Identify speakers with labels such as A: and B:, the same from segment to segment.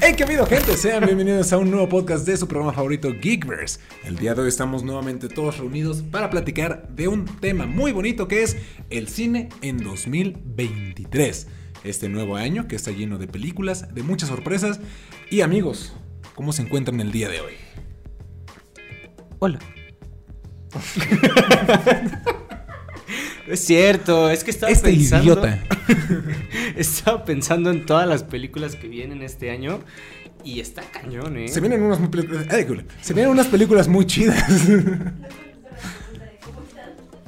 A: Hey, qué habido, gente. Sean bienvenidos a un nuevo podcast de su programa favorito, Geekverse. El día de hoy estamos nuevamente todos reunidos para platicar de un tema muy bonito que es el cine en 2023. Este nuevo año que está lleno de películas, de muchas sorpresas. Y amigos, ¿cómo se encuentran el día de hoy?
B: Hola. No es cierto, es que estaba
A: Este
B: pensando.
A: idiota.
B: Estaba pensando en todas las películas que vienen este año y está cañón, ¿eh?
A: Se vienen unas muy películas. ay, güey, Se vienen unas películas muy chidas.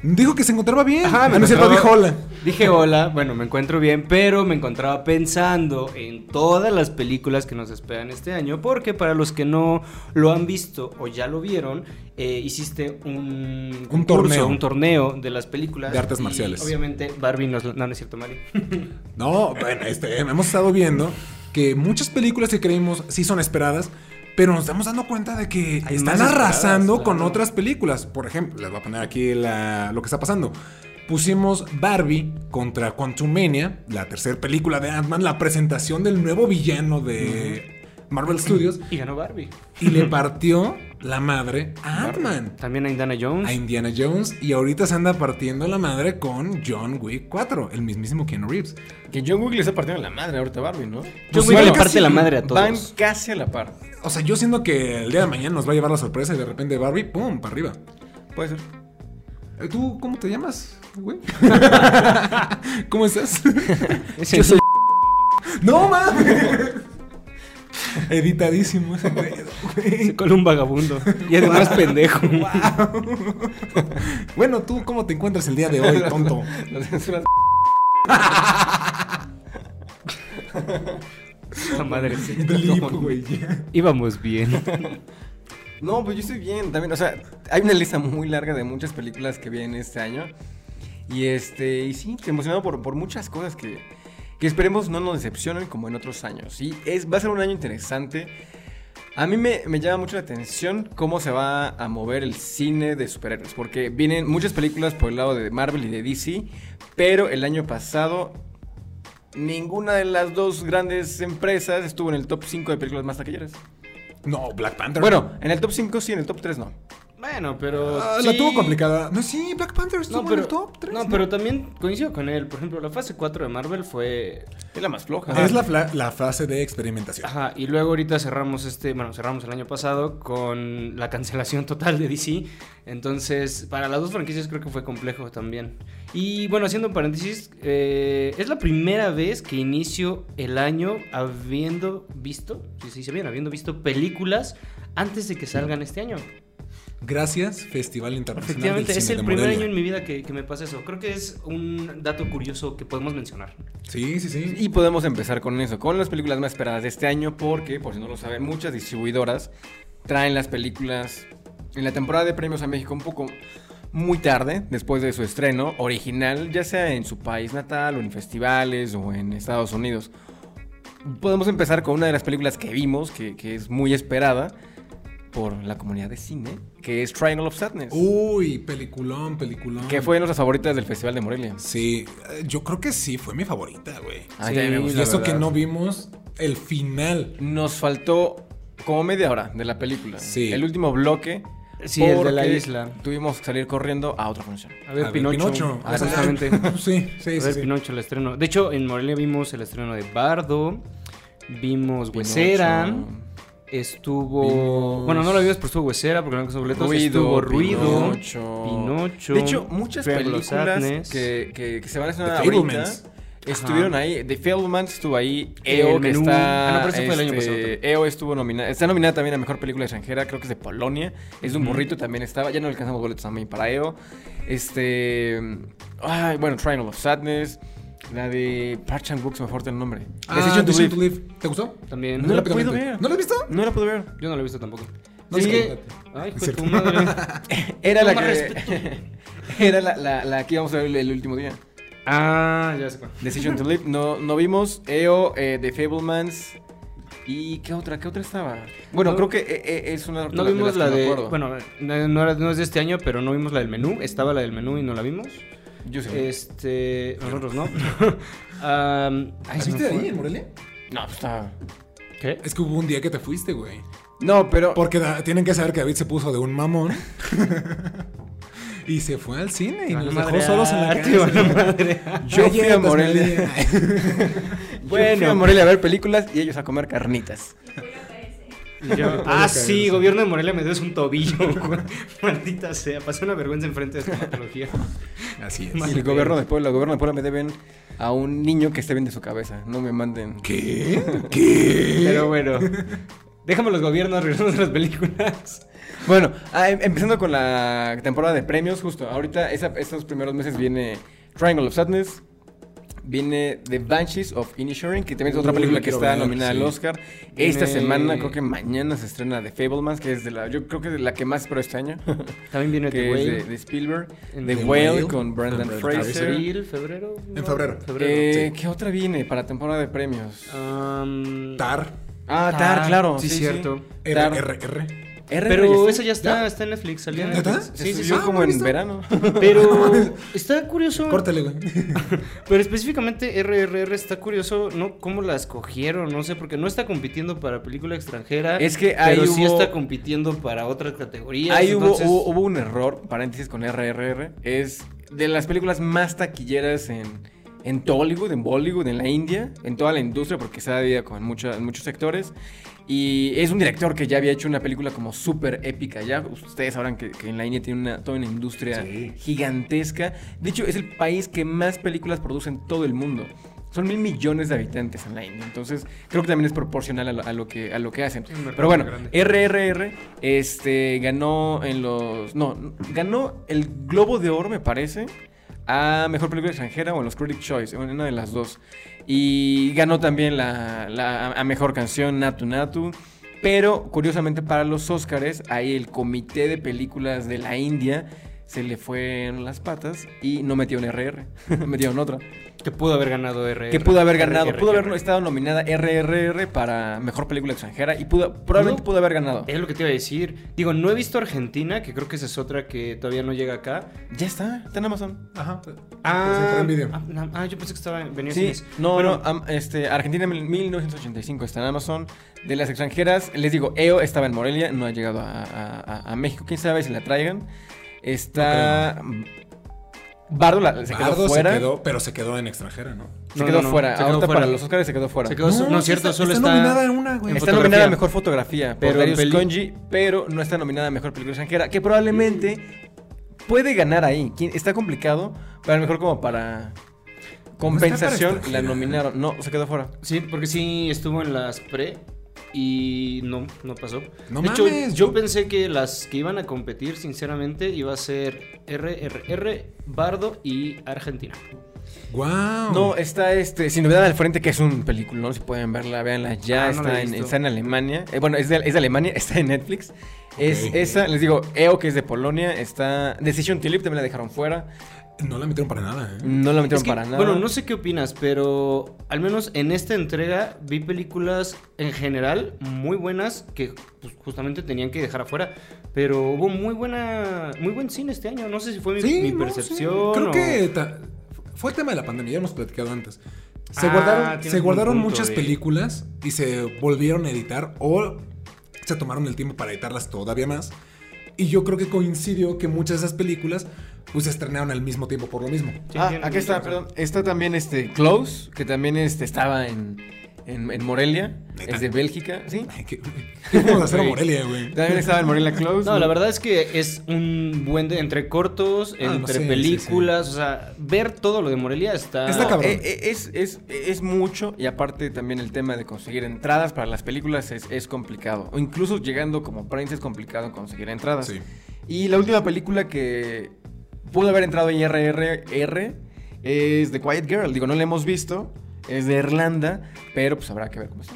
A: Dijo que se encontraba bien.
B: Ajá,
A: Ah,
B: me
A: no es cierto, dijo
B: encontraba-
A: hola.
B: Dije hola, bueno, me encuentro bien, pero me encontraba pensando en todas las películas que nos esperan este año, porque para los que no lo han visto o ya lo vieron, eh, hiciste un, concurso,
A: torneo.
B: un torneo de las películas
A: De artes
B: y
A: marciales.
B: Obviamente, Barbie nos, lo- no, no es cierto, Mari.
A: No, bueno, este, hemos estado viendo que muchas películas que creímos sí son esperadas, pero nos estamos dando cuenta de que
B: Hay
A: están
B: más esperadas,
A: arrasando con
B: claro.
A: otras películas. Por ejemplo, les voy a poner aquí la- lo que está pasando. Pusimos Barbie contra Quantumania, la tercera película de Ant-Man, la presentación del nuevo villano de Marvel Studios,
B: y ganó Barbie.
A: y le partió la madre a Ant-Man.
B: También a Indiana Jones.
A: A Indiana Jones y ahorita se anda partiendo la madre con John Wick 4, el mismísimo Keanu Reeves.
C: Que John Wick le está partiendo la madre ahorita a Barbie, ¿no?
B: Yo
A: Pues
B: voy a
A: igual
B: la parte
A: casi
B: de la madre a
C: Van
B: todos.
C: casi a la par.
A: O sea, yo siento que el día de mañana nos va a llevar la sorpresa y de repente Barbie, ¡pum! para arriba.
C: Puede ser.
A: Eh, ¿Tú cómo te llamas, güey? ¿Cómo estás?
B: Yo soy-
A: ¡No, mames! Editadísimo ese pedo, güey.
B: con un vagabundo. Y además pendejo.
A: Bueno, ¿tú cómo te encuentras el día de hoy, tonto?
C: La censura-
B: La madre.
A: Blip, güey. ya.
B: Íbamos bien.
C: No, pues yo estoy bien también. O sea, hay una lista muy larga de muchas películas que vienen este año. Y este, y sí, estoy emocionado por, por muchas cosas que, que esperemos no nos decepcionen como en otros años. Y es, va a ser un año interesante. A mí me, me llama mucho la atención cómo se va a mover el cine de superhéroes, porque vienen muchas películas por el lado de Marvel y de DC, pero el año pasado ninguna de las dos grandes empresas estuvo en el top 5 de películas más taquilleras.
A: No, Black Panther.
C: Bueno, en el top 5 sí, en el top 3 no.
B: Bueno, pero.
A: Ah, la
B: sí.
A: tuvo complicada. No, sí, Black Panther estuvo
B: No, pero,
A: en el top 3.
B: no, pero también coincido con él. Por ejemplo, la fase 4 de Marvel fue.
C: Es la más floja.
A: Es la, fla- la fase de experimentación.
B: Ajá, y luego ahorita cerramos este. Bueno, cerramos el año pasado con la cancelación total de DC. Entonces, para las dos franquicias creo que fue complejo también. Y bueno, haciendo un paréntesis, eh, es la primera vez que inicio el año habiendo visto, si se dice bien, habiendo visto películas antes de que salgan este año.
A: Gracias, Festival Internacional. del
B: Efectivamente, es
A: Cine
B: el
A: de
B: primer
A: Morelia.
B: año en mi vida que, que me pasa eso. Creo que es un dato curioso que podemos mencionar.
A: Sí, sí, sí.
C: Y podemos empezar con eso, con las películas más esperadas de este año, porque, por si no lo saben, muchas distribuidoras traen las películas en la temporada de premios a México un poco muy tarde, después de su estreno original, ya sea en su país natal o en festivales o en Estados Unidos. Podemos empezar con una de las películas que vimos, que, que es muy esperada por la comunidad de cine, que es Triangle of Sadness,
A: Uh. Uy, peliculón, peliculón.
C: que fue de nuestras favoritas del Festival de Morelia.
A: Sí, eh, yo creo que sí, fue mi favorita, güey.
C: A mí
B: Sí,
C: también me
A: Y
C: gustó,
A: eso
C: la
A: que
C: verdad.
A: no vimos el final.
C: Nos faltó como media hora de la película.
A: Sí.
C: El último bloque.
B: Sí, el de la
C: porque
B: isla.
C: Tuvimos que salir corriendo a otra función.
B: A ver, Pinocho. Ah,
A: O sea,
B: Exactamente.
A: Sí, sí,
B: A ver,
A: sí. sí.
B: Pinocho, el estreno. De hecho, en Morelia vimos el estreno de Bardo, vimos Huesera,
C: Pinocho,
B: estuvo...
C: Vimos-
B: Bueno, no lo vimos, pero estuvo Huesera porque no alcanzó boletos. estuvo Ruido,
C: Pinocho.
B: Pinocho,
C: De hecho, muchas
B: Triángulo
C: películas
B: Sadness.
C: que, que- que se van a
A: The
C: estrenar ahorita
A: Fablemans.
C: estuvieron ahí. The Fablemans estuvo ahí.
B: El
C: EO que
B: menú.
C: está.
B: Ah, no, pero eso fue el año
C: este, EO estuvo nominada. Está nominada también a mejor película extranjera. Creo que es de Polonia. Es de un burrito también estaba. Ya no alcanzamos boletos también para EO. Este. Ay, bueno, Triangle of Sadness. La de Park Chan Wook, se me falta el nombre.
A: Ah,
C: Decision to
A: Decision
C: Live.
A: to Live. ¿Te gustó?
B: También.
C: No la
A: Rápidamente.
C: puedo ver.
A: ¿No la has visto?
C: No la pude ver.
B: Yo no lo he visto tampoco.
A: No,
B: es
A: sí.
B: que... Ay,
A: Es
B: fue
A: cierto.
B: tu madre.
C: Era
B: No,
C: la
B: más
C: que. Era la, la, la que íbamos a ver el- el último día.
B: Ah, ya sé cuál.
C: Decision to Live, no, no vimos. EO, eh, The Fablemans. ¿Y qué otra? ¿Qué otra estaba? Bueno,
B: No-
C: creo que eh, eh, es una
B: No
C: de las
B: vimos
C: que
B: la
C: me
B: de...
C: acuerdo.
B: Bueno, no, no era- no es de este año, pero no vimos la del menú. Estaba la del menú y no la vimos.
C: Yo sí.
B: Este... Nosotros no. Am, ay,
A: ¿La
B: se me
A: viste
B: fue.
A: ahí en Morelia?
C: No, pues estaba.
B: ¿Qué?
A: Es que hubo un día que te fuiste, güey.
C: No, pero.
A: Porque da- tienen que saber que David se puso de un mamón. y se fue al cine y nos dejó solos en la casa.
C: Yo fui a
A: Galletas,
C: Morelia. Bueno. Yo fui a
B: Bueno.
C: Morelia a ver películas y ellos a comer carnitas.
B: ah, sí, gobierno de Morelia me dio un tobillo, güey. Maldita sea, pasé una vergüenza enfrente de estomatología.
A: Así
C: Y
A: es.
C: el gobierno de Puebla, el gobierno de Puebla me deben a un niño que esté bien de su cabeza. No me manden.
A: ¿Qué? ¿Qué?
B: Pero bueno, déjame los gobiernos, regresamos a las películas.
C: Bueno, ah, em- empezando con la temporada de premios, justo. Ahorita, esa- estos primeros meses viene Triangle of Sadness. Viene The Banshees of Inisherin, que también es otra
A: Uy,
C: película que
A: quiero
C: está
A: ver,
C: nominada
A: sí.
C: al Oscar. Esta
B: Viene-
C: semana, creo que mañana se estrena The Fablemans, que es de la, yo creo que es de la que más espero este año.
B: También viene
C: que
B: The
C: es
B: Whale.
C: de, de Spielberg.
B: En
C: The,
A: The
C: Whale,
A: Whale,
C: con Brendan
A: con Brendan
C: Fraser.
A: Fraser.
B: ¿Abril, febrero?
A: En febrero.
C: Eh,
A: sí.
C: ¿Qué otra viene para temporada de premios?
B: Am,
A: Tar.
C: Ah, Tar, claro.
B: Sí, cierto.
C: Tar.
A: R, R, R.
C: R,
B: Pero
C: ¿ya
B: esa ya está, está en Netflix, salió en
A: ¿Neta?
B: Netflix. Sí,
C: Se
B: sí, sí.
C: subió
A: Ah,
C: como
A: no
C: en
A: está.
C: verano.
B: Pero está curioso.
A: Córtale, güey.
B: Pero específicamente RRR está curioso, ¿no? ¿Cómo la escogieron? No sé, porque no está compitiendo para película extranjera.
C: Es que ahí
B: Pero sí
C: hubo-
B: está compitiendo para otras categorías.
C: Ahí hubo,
B: entonces-
C: hubo, hubo un error, paréntesis con RRR. Es de las películas más taquilleras en, en Tollywood, en Bollywood, en la India, en toda la industria, porque se ha dividido con mucha- en muchos sectores. Y es un director que ya había hecho una película como súper épica. Ya ustedes sabrán que, que en la India tiene una, toda una industria
A: Sí.
C: gigantesca. De hecho, es el país que más películas produce en todo el mundo. Son mil millones de habitantes en la India. Entonces, creo que también es proporcional a lo, a lo que, a lo que hacen.
B: un mercado
C: Pero bueno,
B: muy grande.
C: RRR este, ganó en los. No, ganó el Globo de Oro, me parece, a Mejor Película Extranjera o en los Critic Choice, en una de las dos. Y ganó también la, la- a Mejor Canción, Natu Natu. Pero curiosamente para los Óscares, ahí el comité de películas de la India se le fueron las patas y no metieron RR, metieron otra.
B: Que pudo haber ganado RRR.
C: Que pudo haber ganado,
B: RRR.
C: pudo haber estado nominada RRR para Mejor Película Extranjera y pudo, probablemente
B: ¿Pudo?
C: pudo haber ganado.
B: Es lo que te iba a decir. Digo, no he visto Argentina, que creo que esa es otra que todavía no llega acá.
C: Ya está, está en Amazon.
A: Ajá. Pues
B: Ah,
A: en video.
B: ah, na- ah, yo pensé que estaba venía
C: Sí,
B: sin eso.
C: no,
B: Bueno,
C: no, am- este, Argentina mil- 1985 está en Amazon. De las extranjeras, les digo, EO estaba en Morelia, no ha llegado a, a- a- a México, quién sabe si la traigan. Está... Bardo la- se quedó
A: Bardo
C: fuera.
A: se quedó, pero se quedó en extranjera, ¿no?
C: se
B: No,
C: quedó
B: no, no,
C: fuera.
B: se quedó
C: Ahorita
B: fuera.
C: para los Oscars se quedó fuera.
B: Se quedó- No, no es
A: sí
B: cierto, solo está-
A: nominada en una, güey.
B: en
C: Está
B: fotografía.
C: nominada a mejor fotografía
B: Pero
C: por Darius
B: peli-
C: Conji, pero no está nominada a mejor película extranjera, que probablemente puede ganar ahí. ¿Quién- Está complicado, pero a lo mejor como para compensación
A: extranjera.
C: la nominaron. No, se quedó fuera.
B: Sí, porque sí estuvo en las pre y no, no pasó.
A: No
B: de
A: mames,
B: hecho, yo
A: yo-
B: pensé que las que iban a competir, sinceramente, iba a ser RRR, Bardo y Argentina.
A: Wow.
C: No,
B: eh.
C: está este, Sin Novedad al Frente, que es un película, si pueden verla, véanla
B: Ah,
C: ya,
B: no
C: está,
B: la he
C: en,
B: visto.
C: está en Alemania. Eh, bueno, es de, es de Alemania, está en Netflix. Es
A: Ok.
C: esa, les digo, EO, que es de Polonia, está... Decision to Live también la dejaron fuera,
A: no la metieron para nada, ¿eh?
C: no la metieron
B: Es que,
C: para nada.
B: Bueno, no sé qué opinas, pero al menos en esta entrega vi películas en general muy buenas que pues, justamente tenían que dejar afuera. Pero hubo muy buena, muy buen cine este año. No sé si fue mi, mi
A: no,
B: percepción.
A: sí. Creo
B: o-
A: que ta- fue tema de la pandemia, ya hemos platicado antes. Se
B: Ah,
A: guardaron,
B: tienes
A: se
B: un
A: guardaron
B: punto,
A: muchas
B: eh.
A: películas y se volvieron a editar o se tomaron el tiempo para editarlas todavía más. Y yo creo que coincidió que muchas de esas películas pues se estrenaron al mismo tiempo por lo mismo.
B: Sí,
C: ah,
B: tiene
C: aquí
B: mucha
C: está,
B: razón.
C: perdón. Está también este Close, que también este, estaba en, en, en Morelia.
A: ¿Neta?
C: Es de Bélgica, ¿sí?
A: Ay, ¿Qué, qué podemos hacer a Morelia, güey?
C: También estaba en Morelia
A: Pues
C: Close.
B: No, la verdad es que es un buen de, entre cortos,
A: no,
B: entre
A: Ah, sí, sí,
B: películas, o sea, ver todo lo de Morelia está,
A: Está cabrón.
C: Eh, eh, Es, es, es mucho y aparte también el tema de conseguir entradas para las películas es, es complicado. O incluso llegando como prensa es complicado conseguir entradas.
A: Sí.
C: Y la última película que pudo haber entrado en RRR es The Quiet Girl. Digo, no la hemos visto. Es de Irlanda, pero pues habrá que ver cómo está.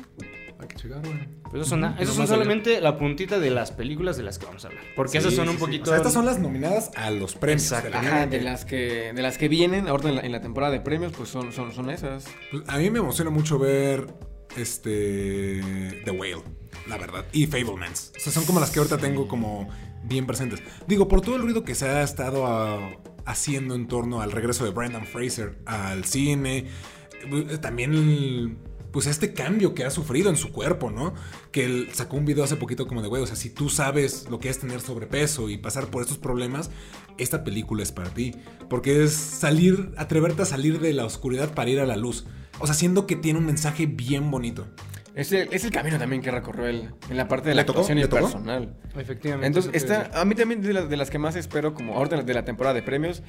A: Hay que checar, güey.
B: Pero eso son,
A: Ujú,
B: esos
A: no
B: son
A: más salió.
B: solamente la puntita de las películas de las que vamos a hablar. Porque esas
A: Sí,
B: son
A: sí,
B: un
A: sí.
B: poquito.
A: O sea, estas son las nominadas a los premios. de la
B: Exacto.
A: gala.
C: Ajá, de las que, de las que vienen ahorita en la, en la temporada de premios, pues son, son, son esas.
A: Pues, a mí me emociona mucho ver este The Whale, la verdad, y Fablemans. O sea, son como las que ahorita tengo como bien presentes. Digo, por todo el ruido que se ha estado ah, haciendo en torno al regreso de Brandon Fraser al cine, eh, también el- pues este cambio que ha sufrido en su cuerpo, ¿no? Que él sacó un video hace poquito como de, güey, o sea, si tú sabes lo que es tener sobrepeso y pasar por estos problemas, esta película es para ti. Porque es salir, atreverte a salir de la oscuridad para ir a la luz. O sea, siendo que tiene un mensaje bien bonito.
C: Es el, es el camino también que recorrió él en la parte de la
A: ¿Le tocó?
C: actuación y
A: ¿Le tocó?
C: personal.
B: Efectivamente.
C: Entonces,
B: eso te iba a
C: esta, a mí también de, las- de las que más espero, como ahorita de la temporada de premios.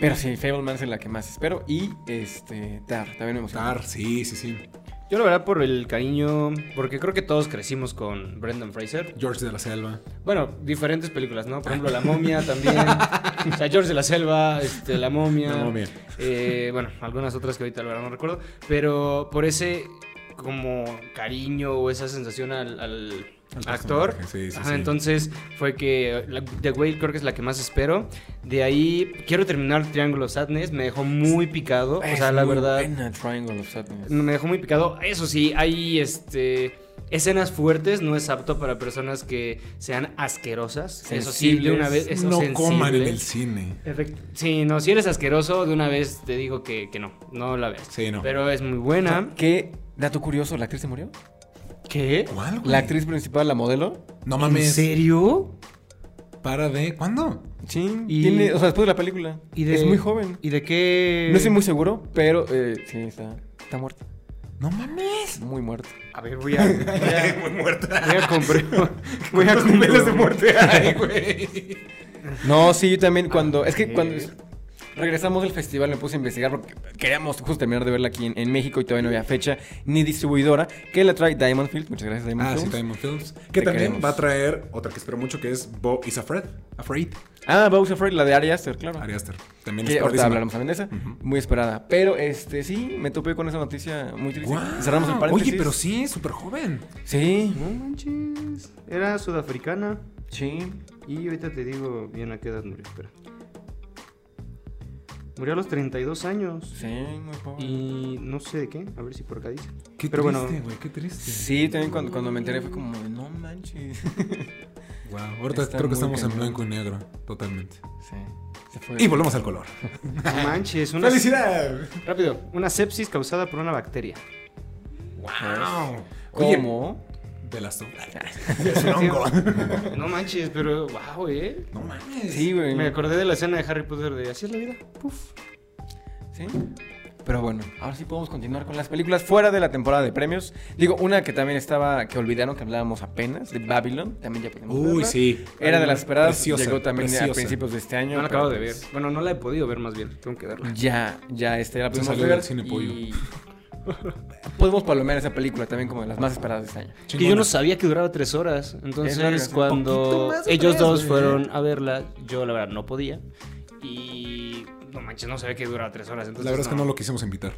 C: Pero sí, Fableman es la que más espero. Y este, Tar, también me emociona.
A: Tar, sí, sí, sí.
B: decir. Yo la verdad por el cariño, porque creo que todos crecimos con Brendan Fraser.
A: George de la Selva.
B: Bueno, diferentes películas, ¿no? Por ejemplo, La Momia también. o sea, George de la Selva, este, La Momia.
C: Ah,
A: La momia.
B: Eh, bueno, algunas otras que ahorita la verdad no recuerdo. Pero por ese como cariño o esa sensación al, al
A: Al
B: actor.
A: personaje, sí, sí,
B: Ajá,
A: sí.
B: Entonces fue que la- The Whale creo que es la que más espero. De ahí quiero terminar Triángulo Sadness. Me dejó muy picado. O
C: Es
B: sea, la
C: muy
B: verdad.
C: buena, Triangle of Sadness.
B: Me dejó muy picado. Eso sí, hay este. Escenas fuertes no es apto para personas que sean asquerosas. Eso sí, de una vez. Eso
A: no
B: sensibles.
A: coman en el cine.
B: Efect- Sí, no, si eres asqueroso, de una vez te digo que, que no, no la ves.
A: Sí, no.
B: Pero es muy buena.
C: ¿Qué dato curioso? ¿La actriz se murió?
B: ¿Qué?
A: ¿Cuál, güey?
C: ¿La actriz principal, la modelo?
A: No
B: ¿En
A: mames.
B: serio?
A: Para de. ¿Cuándo?
C: Sí.
B: Y-
C: Tiene, o sea, después de la película.
B: ¿Y de-
C: Es muy joven.
B: ¿Y de qué?
C: No estoy muy seguro, pero eh, sí, está, está muerta.
A: No mames.
C: Muy muerta.
B: A ver, voy a. Voy a,
A: Muy muerta.
B: voy a comprar. Voy a
A: Los niveles de
B: comprobar.
A: muerte hay, güey.
C: No, sí, yo también cuando...
B: Ah,
C: es que
B: ok.
C: cuando regresamos del festival me puse a investigar porque queríamos justo terminar de verla aquí en, en México y todavía no había fecha ni distribuidora que la trae Diamond Field. Muchas gracias, Diamond
A: Ah, sí,
C: Films.
A: Diamond Films. Que
C: Te
A: también
C: queremos.
A: va a traer otra que espero mucho, que es Bo is Afraid. Afraid.
C: Ah, Bowser Freud, la de Ari Aster, claro.
A: Ari Aster. También
C: Que
A: esperadísima.
C: ahorita hablaremos también de esa. Muy esperada. Pero, este, sí, me topé con esa noticia muy triste.
A: Guau.
C: Cerramos el paréntesis.
A: Oye, pero sí, súper joven.
C: Sí.
B: No manches. Era sudafricana.
C: Sí.
B: Y ahorita te digo bien a qué edad murió. Espera. Murió a los 32 años.
C: Sí, muy pobre.
B: Y no sé de qué, a ver si por acá dice.
A: Qué
B: Pero
A: triste,
B: bueno,
A: güey, qué triste.
C: Sí, también cuando, cuando me enteré fue como, de, no manches.
A: Wow, ahorita
C: Está
A: creo que
C: muy
A: estamos en
C: cañón.
A: blanco y negro, totalmente.
C: Sí, se fue.
A: Y volvemos al color.
B: no
A: Pues,
B: manches, una,
A: ¡Felicidad!
B: rápido, una sepsis causada por una bacteria.
A: ¡Wow! Oye,
C: ¿Cómo?
A: de las Pues, Es un hongo.
B: No manches, pero wow, eh.
A: No mames.
C: Sí, güey.
B: Me acordé de la escena de Harry Potter de Así es la vida. Puf.
C: Sí. Pero bueno, ahora sí podemos continuar con las películas fuera de la temporada de premios. Digo, una que también estaba, que olvidaron que hablábamos apenas, de Babylon. También ya podemos
A: Uy,
C: verla.
A: sí.
C: Era de las esperadas.
A: Preciosa,
C: Llegó también
A: preciosa.
C: a principios de este año.
B: No la
C: pero
B: acabo de ver.
C: pues,
B: Bueno, no la he podido ver más bien. Tengo que verla.
C: Ya, ya, este, ya la
A: Se
C: pudimos
A: salió
C: ver.
A: del cine
C: y-
A: pollo.
C: podemos palomear esa película también como de las más esperadas de este año.
B: Que yo no sabía que duraba tres horas. Entonces,
C: Exacto. Poquito
B: cuando
C: más de
B: ellos
C: tres,
B: dos
C: güey.
B: fueron a verla, yo la verdad no podía. Y no manches, no sabía que duraba tres horas. Entonces,
A: La verdad es que no lo quisimos invitar.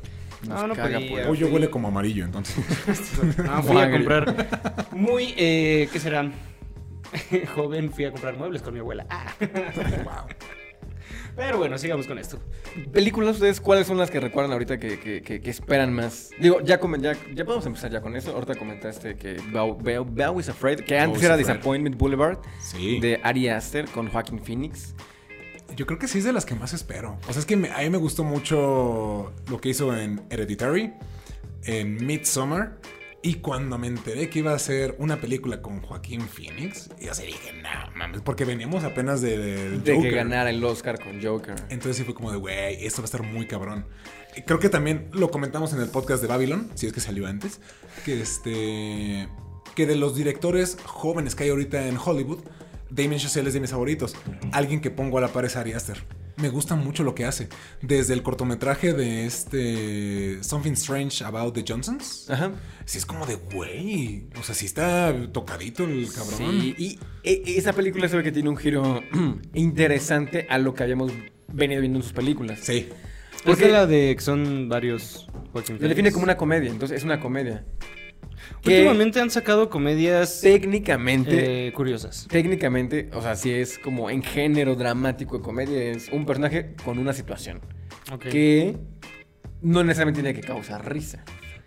B: No,
C: Nos
B: no
C: caga,
B: podía.
C: pues.
B: Uy,
A: Hoy huele como amarillo, entonces.
B: Ah, fui a
C: Juan,
B: comprar muy, eh, ¿qué será? Joven, fui a comprar muebles con mi abuela. Ah.
A: wow.
B: Pero bueno, sigamos con esto.
C: Películas, ¿ustedes cuáles son las que recuerdan ahorita que, que- que- que esperan más? Digo, ya, comen- ya, ya podemos empezar ya con eso. Ahorita comentaste que Bow, Bow- Bow is Afraid, que antes
A: is
C: era
A: Afraid.
C: Disappointment Boulevard,
A: Sí.
C: de Ari Aster con Joaquin Phoenix.
A: Yo creo que sí es de las que más espero. O sea, es que me- a mí me gustó mucho lo que hizo en Hereditary, en Midsommar. Y cuando me enteré que iba a hacer una película con Joaquín Phoenix, yo se dije, no mames, porque veníamos apenas de, del
C: De que
A: Joker.
C: ganara el Oscar con Joker.
A: Entonces sí fue como de, güey, esto va a estar muy cabrón. Y Creo que también lo comentamos en el podcast de Babylon, si es que salió antes, que este que de los directores jóvenes que hay ahorita en Hollywood, Damien Chazelle es de mis favoritos. Alguien que pongo a la par es Ari Aster. Me gusta mucho lo que hace. Desde el cortometraje de este Something Strange About the Johnsons.
C: Ajá.
A: Sí es como de, güey, o sea, sí está tocadito el cabrón.
C: Sí, y e- esa película se ve que tiene un giro interesante a lo que habíamos venido viendo en sus películas.
A: Sí.
B: Porque
C: Porque
B: la de que son varios Joaquín
C: lo define como una comedia, entonces es una comedia. que-
B: Últimamente han sacado comedias
C: Técnicamente
B: eh, curiosas.
C: Técnicamente, o sea, sí es como en género dramático de comedia, es un personaje con una situación que no necesariamente tiene que causar risa.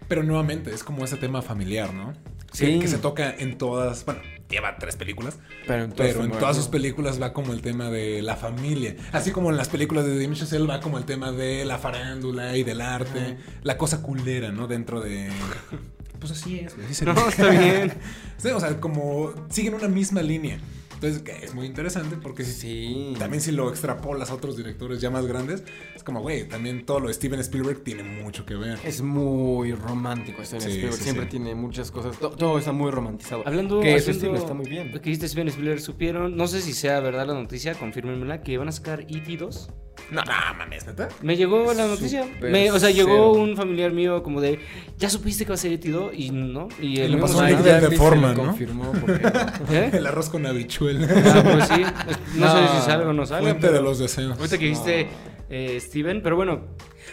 A: Pero nuevamente, es como ese tema familiar, ¿no?
C: Sí.
A: Que, que se toca en todas, bueno, lleva tres películas.
C: Pero en todas
A: Pero en
C: son
A: todas
C: buenas.
A: sus películas va como el tema de la familia. Así como en las películas de Damien Chazelle va como el tema de la farándula y del arte. La cosa culera, ¿no? Dentro de... Pues así es. güey, así se
B: No,
A: ve.
B: está bien.
A: Sí, o sea, como siguen una misma línea. Entonces, que es muy interesante porque
C: Sí.
A: también si lo extrapolas a otros directores ya más grandes, es como, güey, también todo lo de Steven Spielberg tiene mucho que ver.
C: Es muy romántico Steven
A: Sí,
C: Spielberg.
A: sí,
C: Siempre
A: sí.
C: tiene muchas cosas. To- Todo está muy romantizado.
B: Hablando
C: que ese
B: haciendo-
C: estilo está muy bien.
B: Lo que dijiste Steven Spielberg, supieron, no sé si sea verdad la noticia, confírmenmela, que van a sacar E.T. 2.
A: No, no mames, neta.
B: Me llegó la noticia.
C: Súper
B: Me- o sea,
C: cero.
B: llegó un familiar mío como de, ¿ya supiste que va a ser E.T. 2? Y no. Y
A: le
B: el mismo
A: pasó
B: se-
A: un
B: ¿Eh?
A: video. de forma, ¿no?
C: Confirmó porque ¿Eh?
A: El arroz con habichuela.
B: Ah, pues sí. No, sé
C: No.
B: si salga o no salga.
A: Fuente de los deseos.
B: Ahorita que dijiste eh, Steven, pero bueno,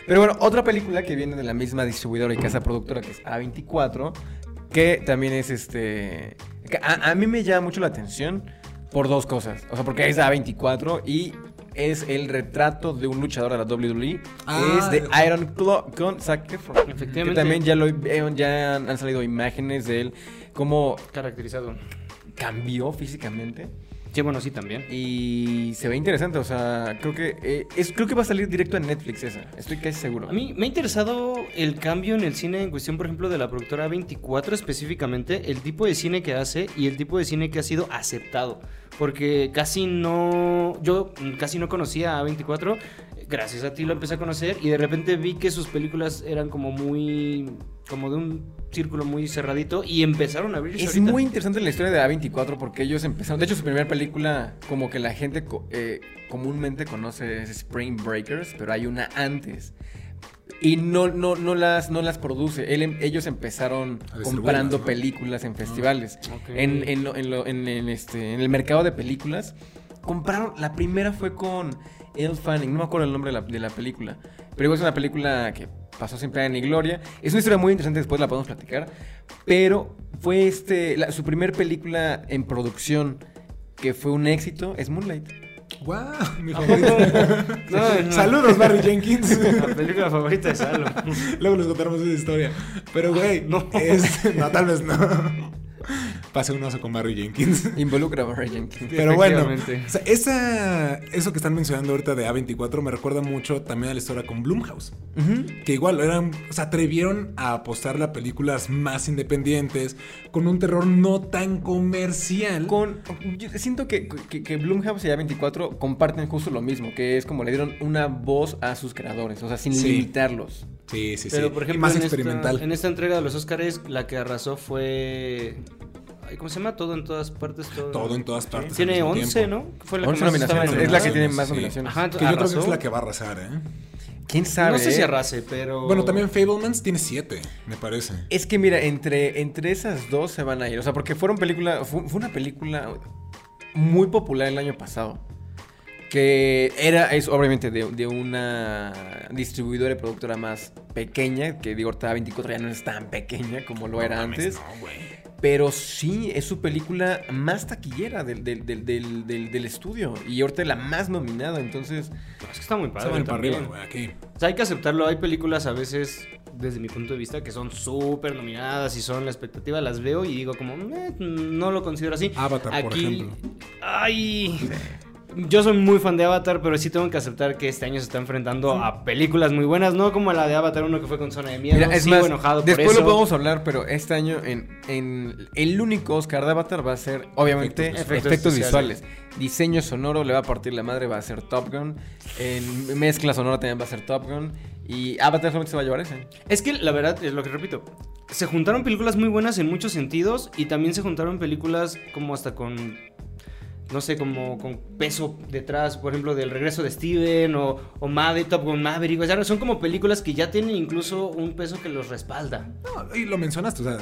C: Pero bueno, otra película que viene de la misma distribuidora y casa productora que es A24, que también es este... que A, a mí me llama mucho la atención por dos cosas. O sea, porque es de A24 y es el retrato de un luchador de la WWE.
A: Ah,
C: es de
A: de-
C: Iron Claw con Zac Efron.
B: Efectivamente.
C: Que también ya, lo, he- eh, ya han, han salido imágenes de él, cómo
B: caracterizado.
C: cambió físicamente.
B: Sí, bueno, sí también.
C: Y se ve interesante, o sea, creo que eh, es, creo que va a salir directo en Netflix esa, estoy casi seguro.
B: A mí me ha interesado el cambio en el cine en cuestión, por ejemplo, de la productora 24 específicamente, el tipo de cine que hace y el tipo de cine que ha sido aceptado. Porque casi no, yo mm, casi no conocía a 24, gracias a ti lo empecé a conocer y de repente vi que sus películas eran como muy, como de un círculo muy cerradito y empezaron a abrirse.
C: Es
B: ahorita.
C: muy interesante la historia de A24 porque ellos empezaron. De hecho, su primera película, como que la gente co- eh, comúnmente conoce, es Spring Breakers, pero hay una antes. Y no, no, no, las, no las produce. Él em- ellos
A: A
C: empezaron
A: distribuirlas,
C: comprando
A: ¿no?
C: películas en festivales.
B: ok.
C: En, en lo- en lo- en- en este, en el mercado de películas. Compraron. La primera fue con Elle Fanning. No me acuerdo el nombre de la, de la película. Pero igual es una película que pasó sin pena ni gloria. Es una historia muy interesante. Después la podemos platicar. Pero fue este, la- su primer película en producción que fue un éxito. Es Moonlight.
A: ¡Wow! Mi
B: ¿A
A: favorito.
B: poco? No, no.
A: Saludos, Barry Jenkins.
B: La película favorita es Halo.
A: Luego les contaremos esa historia.
B: Ah,
A: Pero, güey, no. no, tal vez no. Pase un oso con Barry Jenkins.
C: Involucra a Barry Jenkins.
A: Pero bueno,
B: Efectivamente.
A: o sea, esa, eso que están mencionando ahorita de A24 me recuerda mucho también a la historia con Blumhouse. Que igual eran, se atrevieron a apostar a películas más independientes, con un terror no tan comercial.
C: Con, yo siento que, que, que Blumhouse y A24 comparten justo lo mismo, que es como le dieron una voz a sus creadores, o sea, sin
A: Sí.
C: limitarlos.
A: Sí, sí, sí.
B: Pero por
A: Y
B: ejemplo,
A: más
B: en esta-
A: experimental.
B: en esta entrega de los Oscars, la que arrasó fue. ay, ¿Cómo se llama? Todo en todas partes. Todo,
A: Todo en todas partes. al
B: Tiene
A: mismo
B: 11,
A: tiempo.
B: ¿no? Fue
C: Once
B: más estaba
C: nominaciones, es la que
B: nominada.
C: tiene más
A: Sí.
C: nominaciones.
B: Ajá,
A: Que yo creo que es
B: arrasó.
A: la que va a arrasar, ¿eh?
C: ¿Quién sabe?
B: No sé si
C: eh?
B: arrase, pero.
A: Bueno, también Fablemans tiene 7, me parece.
C: Es que mira, entre, entre esas dos se van a ir, o sea, porque fueron película, fue, fue una película muy popular el año pasado. Que era, es obviamente de, de una distribuidora y productora más pequeña, que digo, ahorita A24 ya no es tan pequeña como lo era
A: No mames,
C: antes.
A: No, güey.
C: Pero sí, es su película más taquillera del, del, del, del, del- del estudio. Y ahorita la más nominada, entonces.
B: No, Es que está muy padre.
A: Se van para
B: también.
A: arriba, güey, aquí.
B: O sea, hay que aceptarlo. Hay películas a veces, desde mi punto de vista, que son súper nominadas y son la expectativa. Las veo y digo, como, "Meh, no lo considero así.
A: Avatar, por ejemplo.
B: Ay. Yo soy muy fan de Avatar, pero sí tengo que aceptar que este año se está enfrentando a películas muy buenas, no como la de Avatar 1 que fue con Zona de Miedo.
C: Mira, es
B: Sigo
C: más,
B: enojado
C: después
B: por eso.
C: lo podemos hablar, pero este año en, en el único Oscar de Avatar va a ser, obviamente,
B: Efectos
C: efectos,
B: visuales.
C: visuales. Diseño sonoro le va a partir la madre, va a ser Top Gun. En mezcla sonora también va a ser Top Gun. Y Avatar solamente se va a llevar ese.
B: Es que la verdad es lo que repito. Se juntaron películas muy buenas en muchos sentidos y también se juntaron películas como hasta con no sé, como con peso detrás, por ejemplo, del regreso de Steven o, o Mave- Top Gun Maverick. O sea, son como películas que ya tienen incluso un peso que los respalda.
A: No, y lo mencionaste, o sea,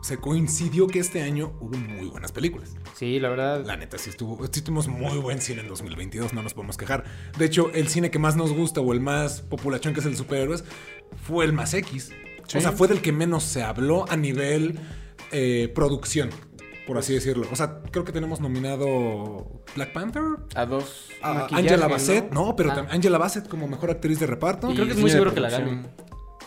A: se coincidió que este año hubo muy buenas películas.
B: Sí, la verdad.
A: La neta, sí estuvo, sí tuvimos muy buen cine en 2022, no nos podemos quejar. De hecho, el cine que más nos gusta o el más populachón que es el de superhéroes fue el más X. O sea, fue del que menos se habló a nivel eh, producción, por así decirlo. O sea, creo que tenemos nominado Black Panther.
C: A dos.
B: Ah,
A: a
B: Maquillaje,
A: Ah, Angela
B: ¿no?
A: Bassett, ¿no? pero
B: Ah.
A: tam- Angela Bassett como mejor actriz de reparto.
B: Creo que es
C: Y
B: muy seguro
C: diseño de
B: que la
C: producción.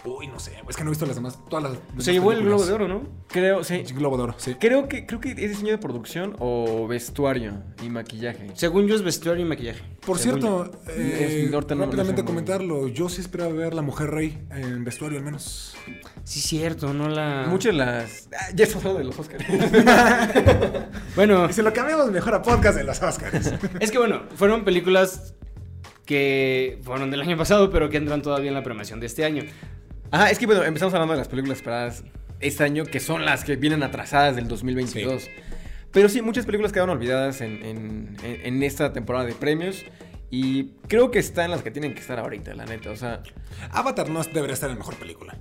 A: Uy, no sé, es que no he visto las demás. Todas las. demás
B: Se llevó el
A: películas.
B: Globo de Oro, ¿no?
C: Creo, sí.
A: Globo de Oro, sí.
C: Creo que, creo que es diseño de producción o vestuario y maquillaje.
B: Según yo es vestuario y maquillaje.
A: Por
B: Según
A: cierto, eh,
C: Es- ahorita no- no
A: rápidamente
C: sé muy
A: comentarlo. Yo sí esperaba ver la mujer rey en vestuario, al menos.
B: yo. Sí, cierto, no la.
C: Muchas las. Ah, ya es hablado de los Oscars.
B: Bueno,
A: Y se lo cambiamos mejor a podcast de los Oscars.
B: es que bueno, fueron películas que fueron del año pasado, pero que entran todavía en la premiación de este año.
C: Ajá, es que bueno, empezamos hablando de las películas esperadas este año, que son las que vienen atrasadas del 2022. Pero sí, muchas películas quedaron olvidadas en, en- en- en esta temporada de premios. Y creo que están las que tienen que estar ahorita, la neta. O sea.
A: Avatar no debería estar en mejor película.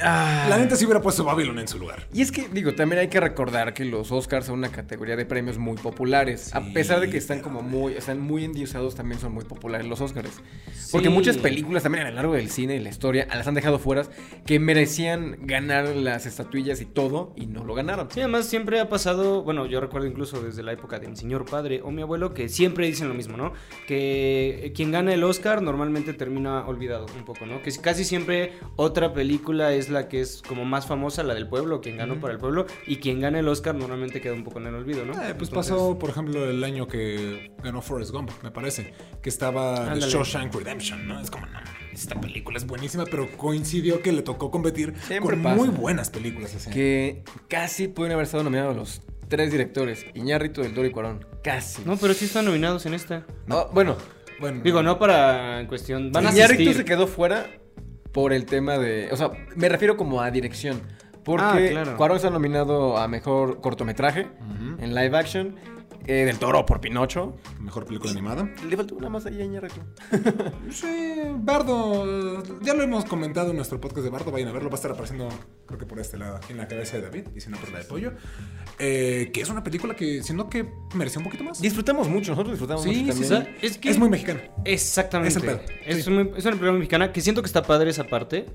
C: ah.
A: La neta sí hubiera puesto Babylon en su lugar.
C: Y es que, digo, también hay que recordar que los Oscars son una categoría de premios muy populares.
A: Sí,
C: a pesar de que están
A: pero-
C: como muy, están muy endiosados, también son muy populares los Oscars. Porque
B: Sí.
C: muchas películas también a lo largo del cine y la historia las han dejado fuera que merecían ganar las estatuillas y todo y no lo ganaron.
B: Sí, además siempre ha pasado, bueno, yo recuerdo incluso desde la época de mi señor padre o mi abuelo que siempre dicen lo mismo, ¿no? Que eh, quien gana el Oscar normalmente termina olvidado un poco, ¿no? Que casi siempre otra película es la que es como más famosa, la del pueblo, quien ganó para el pueblo, y quien gana el Oscar normalmente queda un poco en el olvido, ¿no?
A: Eh, pues
B: Entonces-
A: pasó, por ejemplo, el año que ganó Forrest Gump, me parece, que estaba The
B: Ándale.
A: Shawshank Redemption, ¿no? Es como, no, esta película es buenísima, pero coincidió que le tocó competir
C: Siempre
A: con
C: pasa.
A: muy buenas películas. así.
C: Que casi pueden haber estado nominados los tres directores, Iñárritu, Del Toro y Cuarón. Casi.
B: No, pero sí están nominados en esta.
C: Ah, bueno,
A: Bueno,
B: Digo, no para en cuestión. Van a
C: Iñárritu
B: asistir.
C: se quedó fuera por el tema de. O sea, me refiero como a dirección. Porque
B: Ah, claro.
C: Cuarón está nominado a mejor cortometraje
A: Ujú.
C: en live action. eh, del Toro por Pinocho.
A: Mejor película animada.
C: Le faltó una más ahí a Iñárritu.
A: Sí, Bardo, ya lo hemos comentado en nuestro podcast de Bardo, vayan a verlo, va a estar apareciendo, creo que por este lado, aquí en la cabeza de David, y si no, por la de pollo. Eh, que es una película que, siendo que mereció un poquito más.
C: Disfrutamos mucho, nosotros disfrutamos
A: Sí,
C: mucho
A: sí,
C: también.
B: O sea, es que
A: Es muy mexicana.
B: Exactamente.
A: Es
B: Es,
A: el pedo, sí.
B: un- es una película mexicana que siento que está padre esa parte.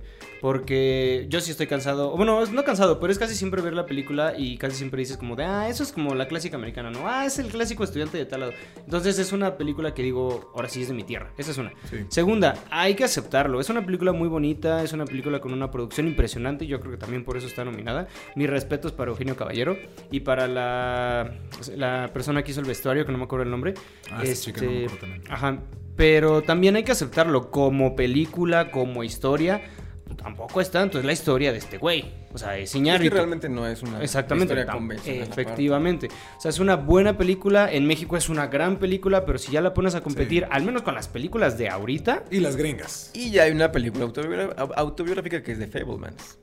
B: Porque yo sí estoy cansado. o Bueno, es- no cansado, pero es casi siempre ver la película y casi siempre dices como de, ah, eso es como la clásica americana, ¿no? Ah, es el clásico estudiante de tal lado. Entonces es una película que digo, ahora sí es de mi tierra. Esa es una.
A: Sí.
B: Segunda, hay que aceptarlo. Es una película muy bonita, es una película con una producción impresionante. y Yo creo que también por eso está nominada. Mis respetos para Eugenio Caballero y para la, la persona que hizo el vestuario, que no me acuerdo el nombre. Este,
A: Ah, esta chica, no me acuerdo también.
B: Ajá, pero también hay que aceptarlo como película, como historia. Tampoco es tanto, es la historia de este güey. O sea, es
C: Es que
B: Iñárritu.
C: realmente no es una
B: Exactamente.
C: historia
B: tam-
C: convencional.
B: Efectivamente. O sea, es una buena película. En México es una gran película, pero si ya la pones a competir, al menos con las películas de ahorita.
A: Y las gringas.
C: Y ya hay una película autobiogra- au- autobiográfica que es de Fablemans.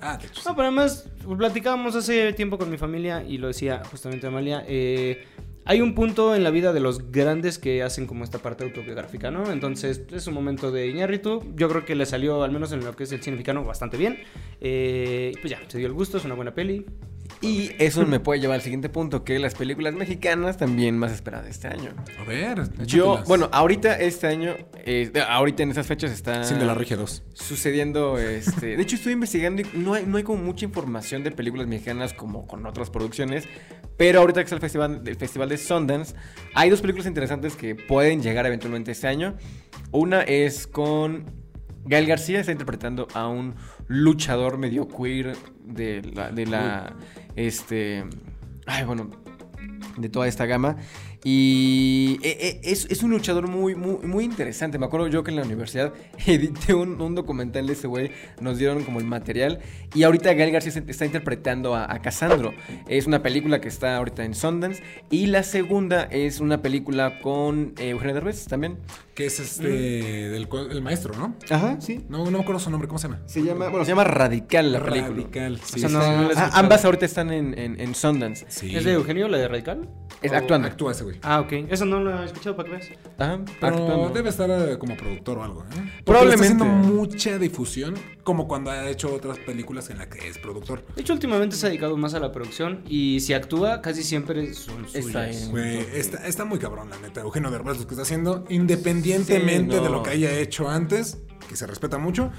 A: Ah, de hecho. sí.
B: No, pero además, platicábamos hace tiempo con mi familia y lo decía justamente Amalia. eh, hay un punto en la vida de los grandes que hacen como esta parte autobiográfica, ¿no? Entonces, es un momento de Iñárritu. Yo creo que le salió, al menos en lo que es el cine mexicano, bastante bien. Eh, pues ya, se dio el gusto, es una buena peli.
C: Y eso me puede llevar al siguiente punto, que las películas mexicanas también más esperadas de este año.
A: A ver,
C: Yo,
A: échatelas.
C: bueno, ahorita este año, eh, ahorita en esas fechas está
A: Sin de la Regia 2.
C: sucediendo, este, de hecho estoy investigando y no hay, no hay como mucha información de películas mexicanas como con otras producciones, pero ahorita que está el festival, el festival de Sundance, hay dos películas interesantes que pueden llegar eventualmente este año. Una es con Gael García, está interpretando a un luchador medio queer de la, de la, este, ay bueno, de toda esta gama. Y e- e- es, es un luchador muy, muy, muy interesante. Me acuerdo yo que en la universidad edité un, un documental de ese güey. Nos dieron como el material. Y ahorita Gael García se- está interpretando a, a Casandro. Es una película que está ahorita en Sundance. Y la segunda es una película con eh, Eugenio Derbez también.
A: Que es este. Del, cu- el maestro, ¿no?
C: Ajá, sí.
A: No, no me acuerdo su nombre, ¿cómo se llama?
C: Se llama, bueno, se llama Radical la película.
A: Radical. Sí,
B: sea,
A: sí,
B: no-
A: sí.
B: no la he
C: Ah,
B: escuchado.
C: ambas ahorita están en, en- en Sundance.
A: Sí.
B: ¿Es de Eugenio, la de Radical?
C: Es
B: ¿O-
C: actuando.
A: Actúa ese güey.
B: Ah, ok. Eso no lo he escuchado para que veas.
C: Ajá,
A: Pero
C: actuando.
A: debe estar eh, como productor o algo, ¿eh? Porque le
C: Probablemente.
A: Está haciendo mucha difusión, como cuando ha hecho otras películas en las que es productor.
B: De hecho, últimamente se ha dedicado más a la producción y si actúa, casi siempre son suyas.
C: Está bien.
A: Güey, está, está muy cabrón, la neta. Eugenio Derbez lo que está haciendo, independientemente
C: Sí, no.
A: de lo que haya hecho antes, que se respeta mucho.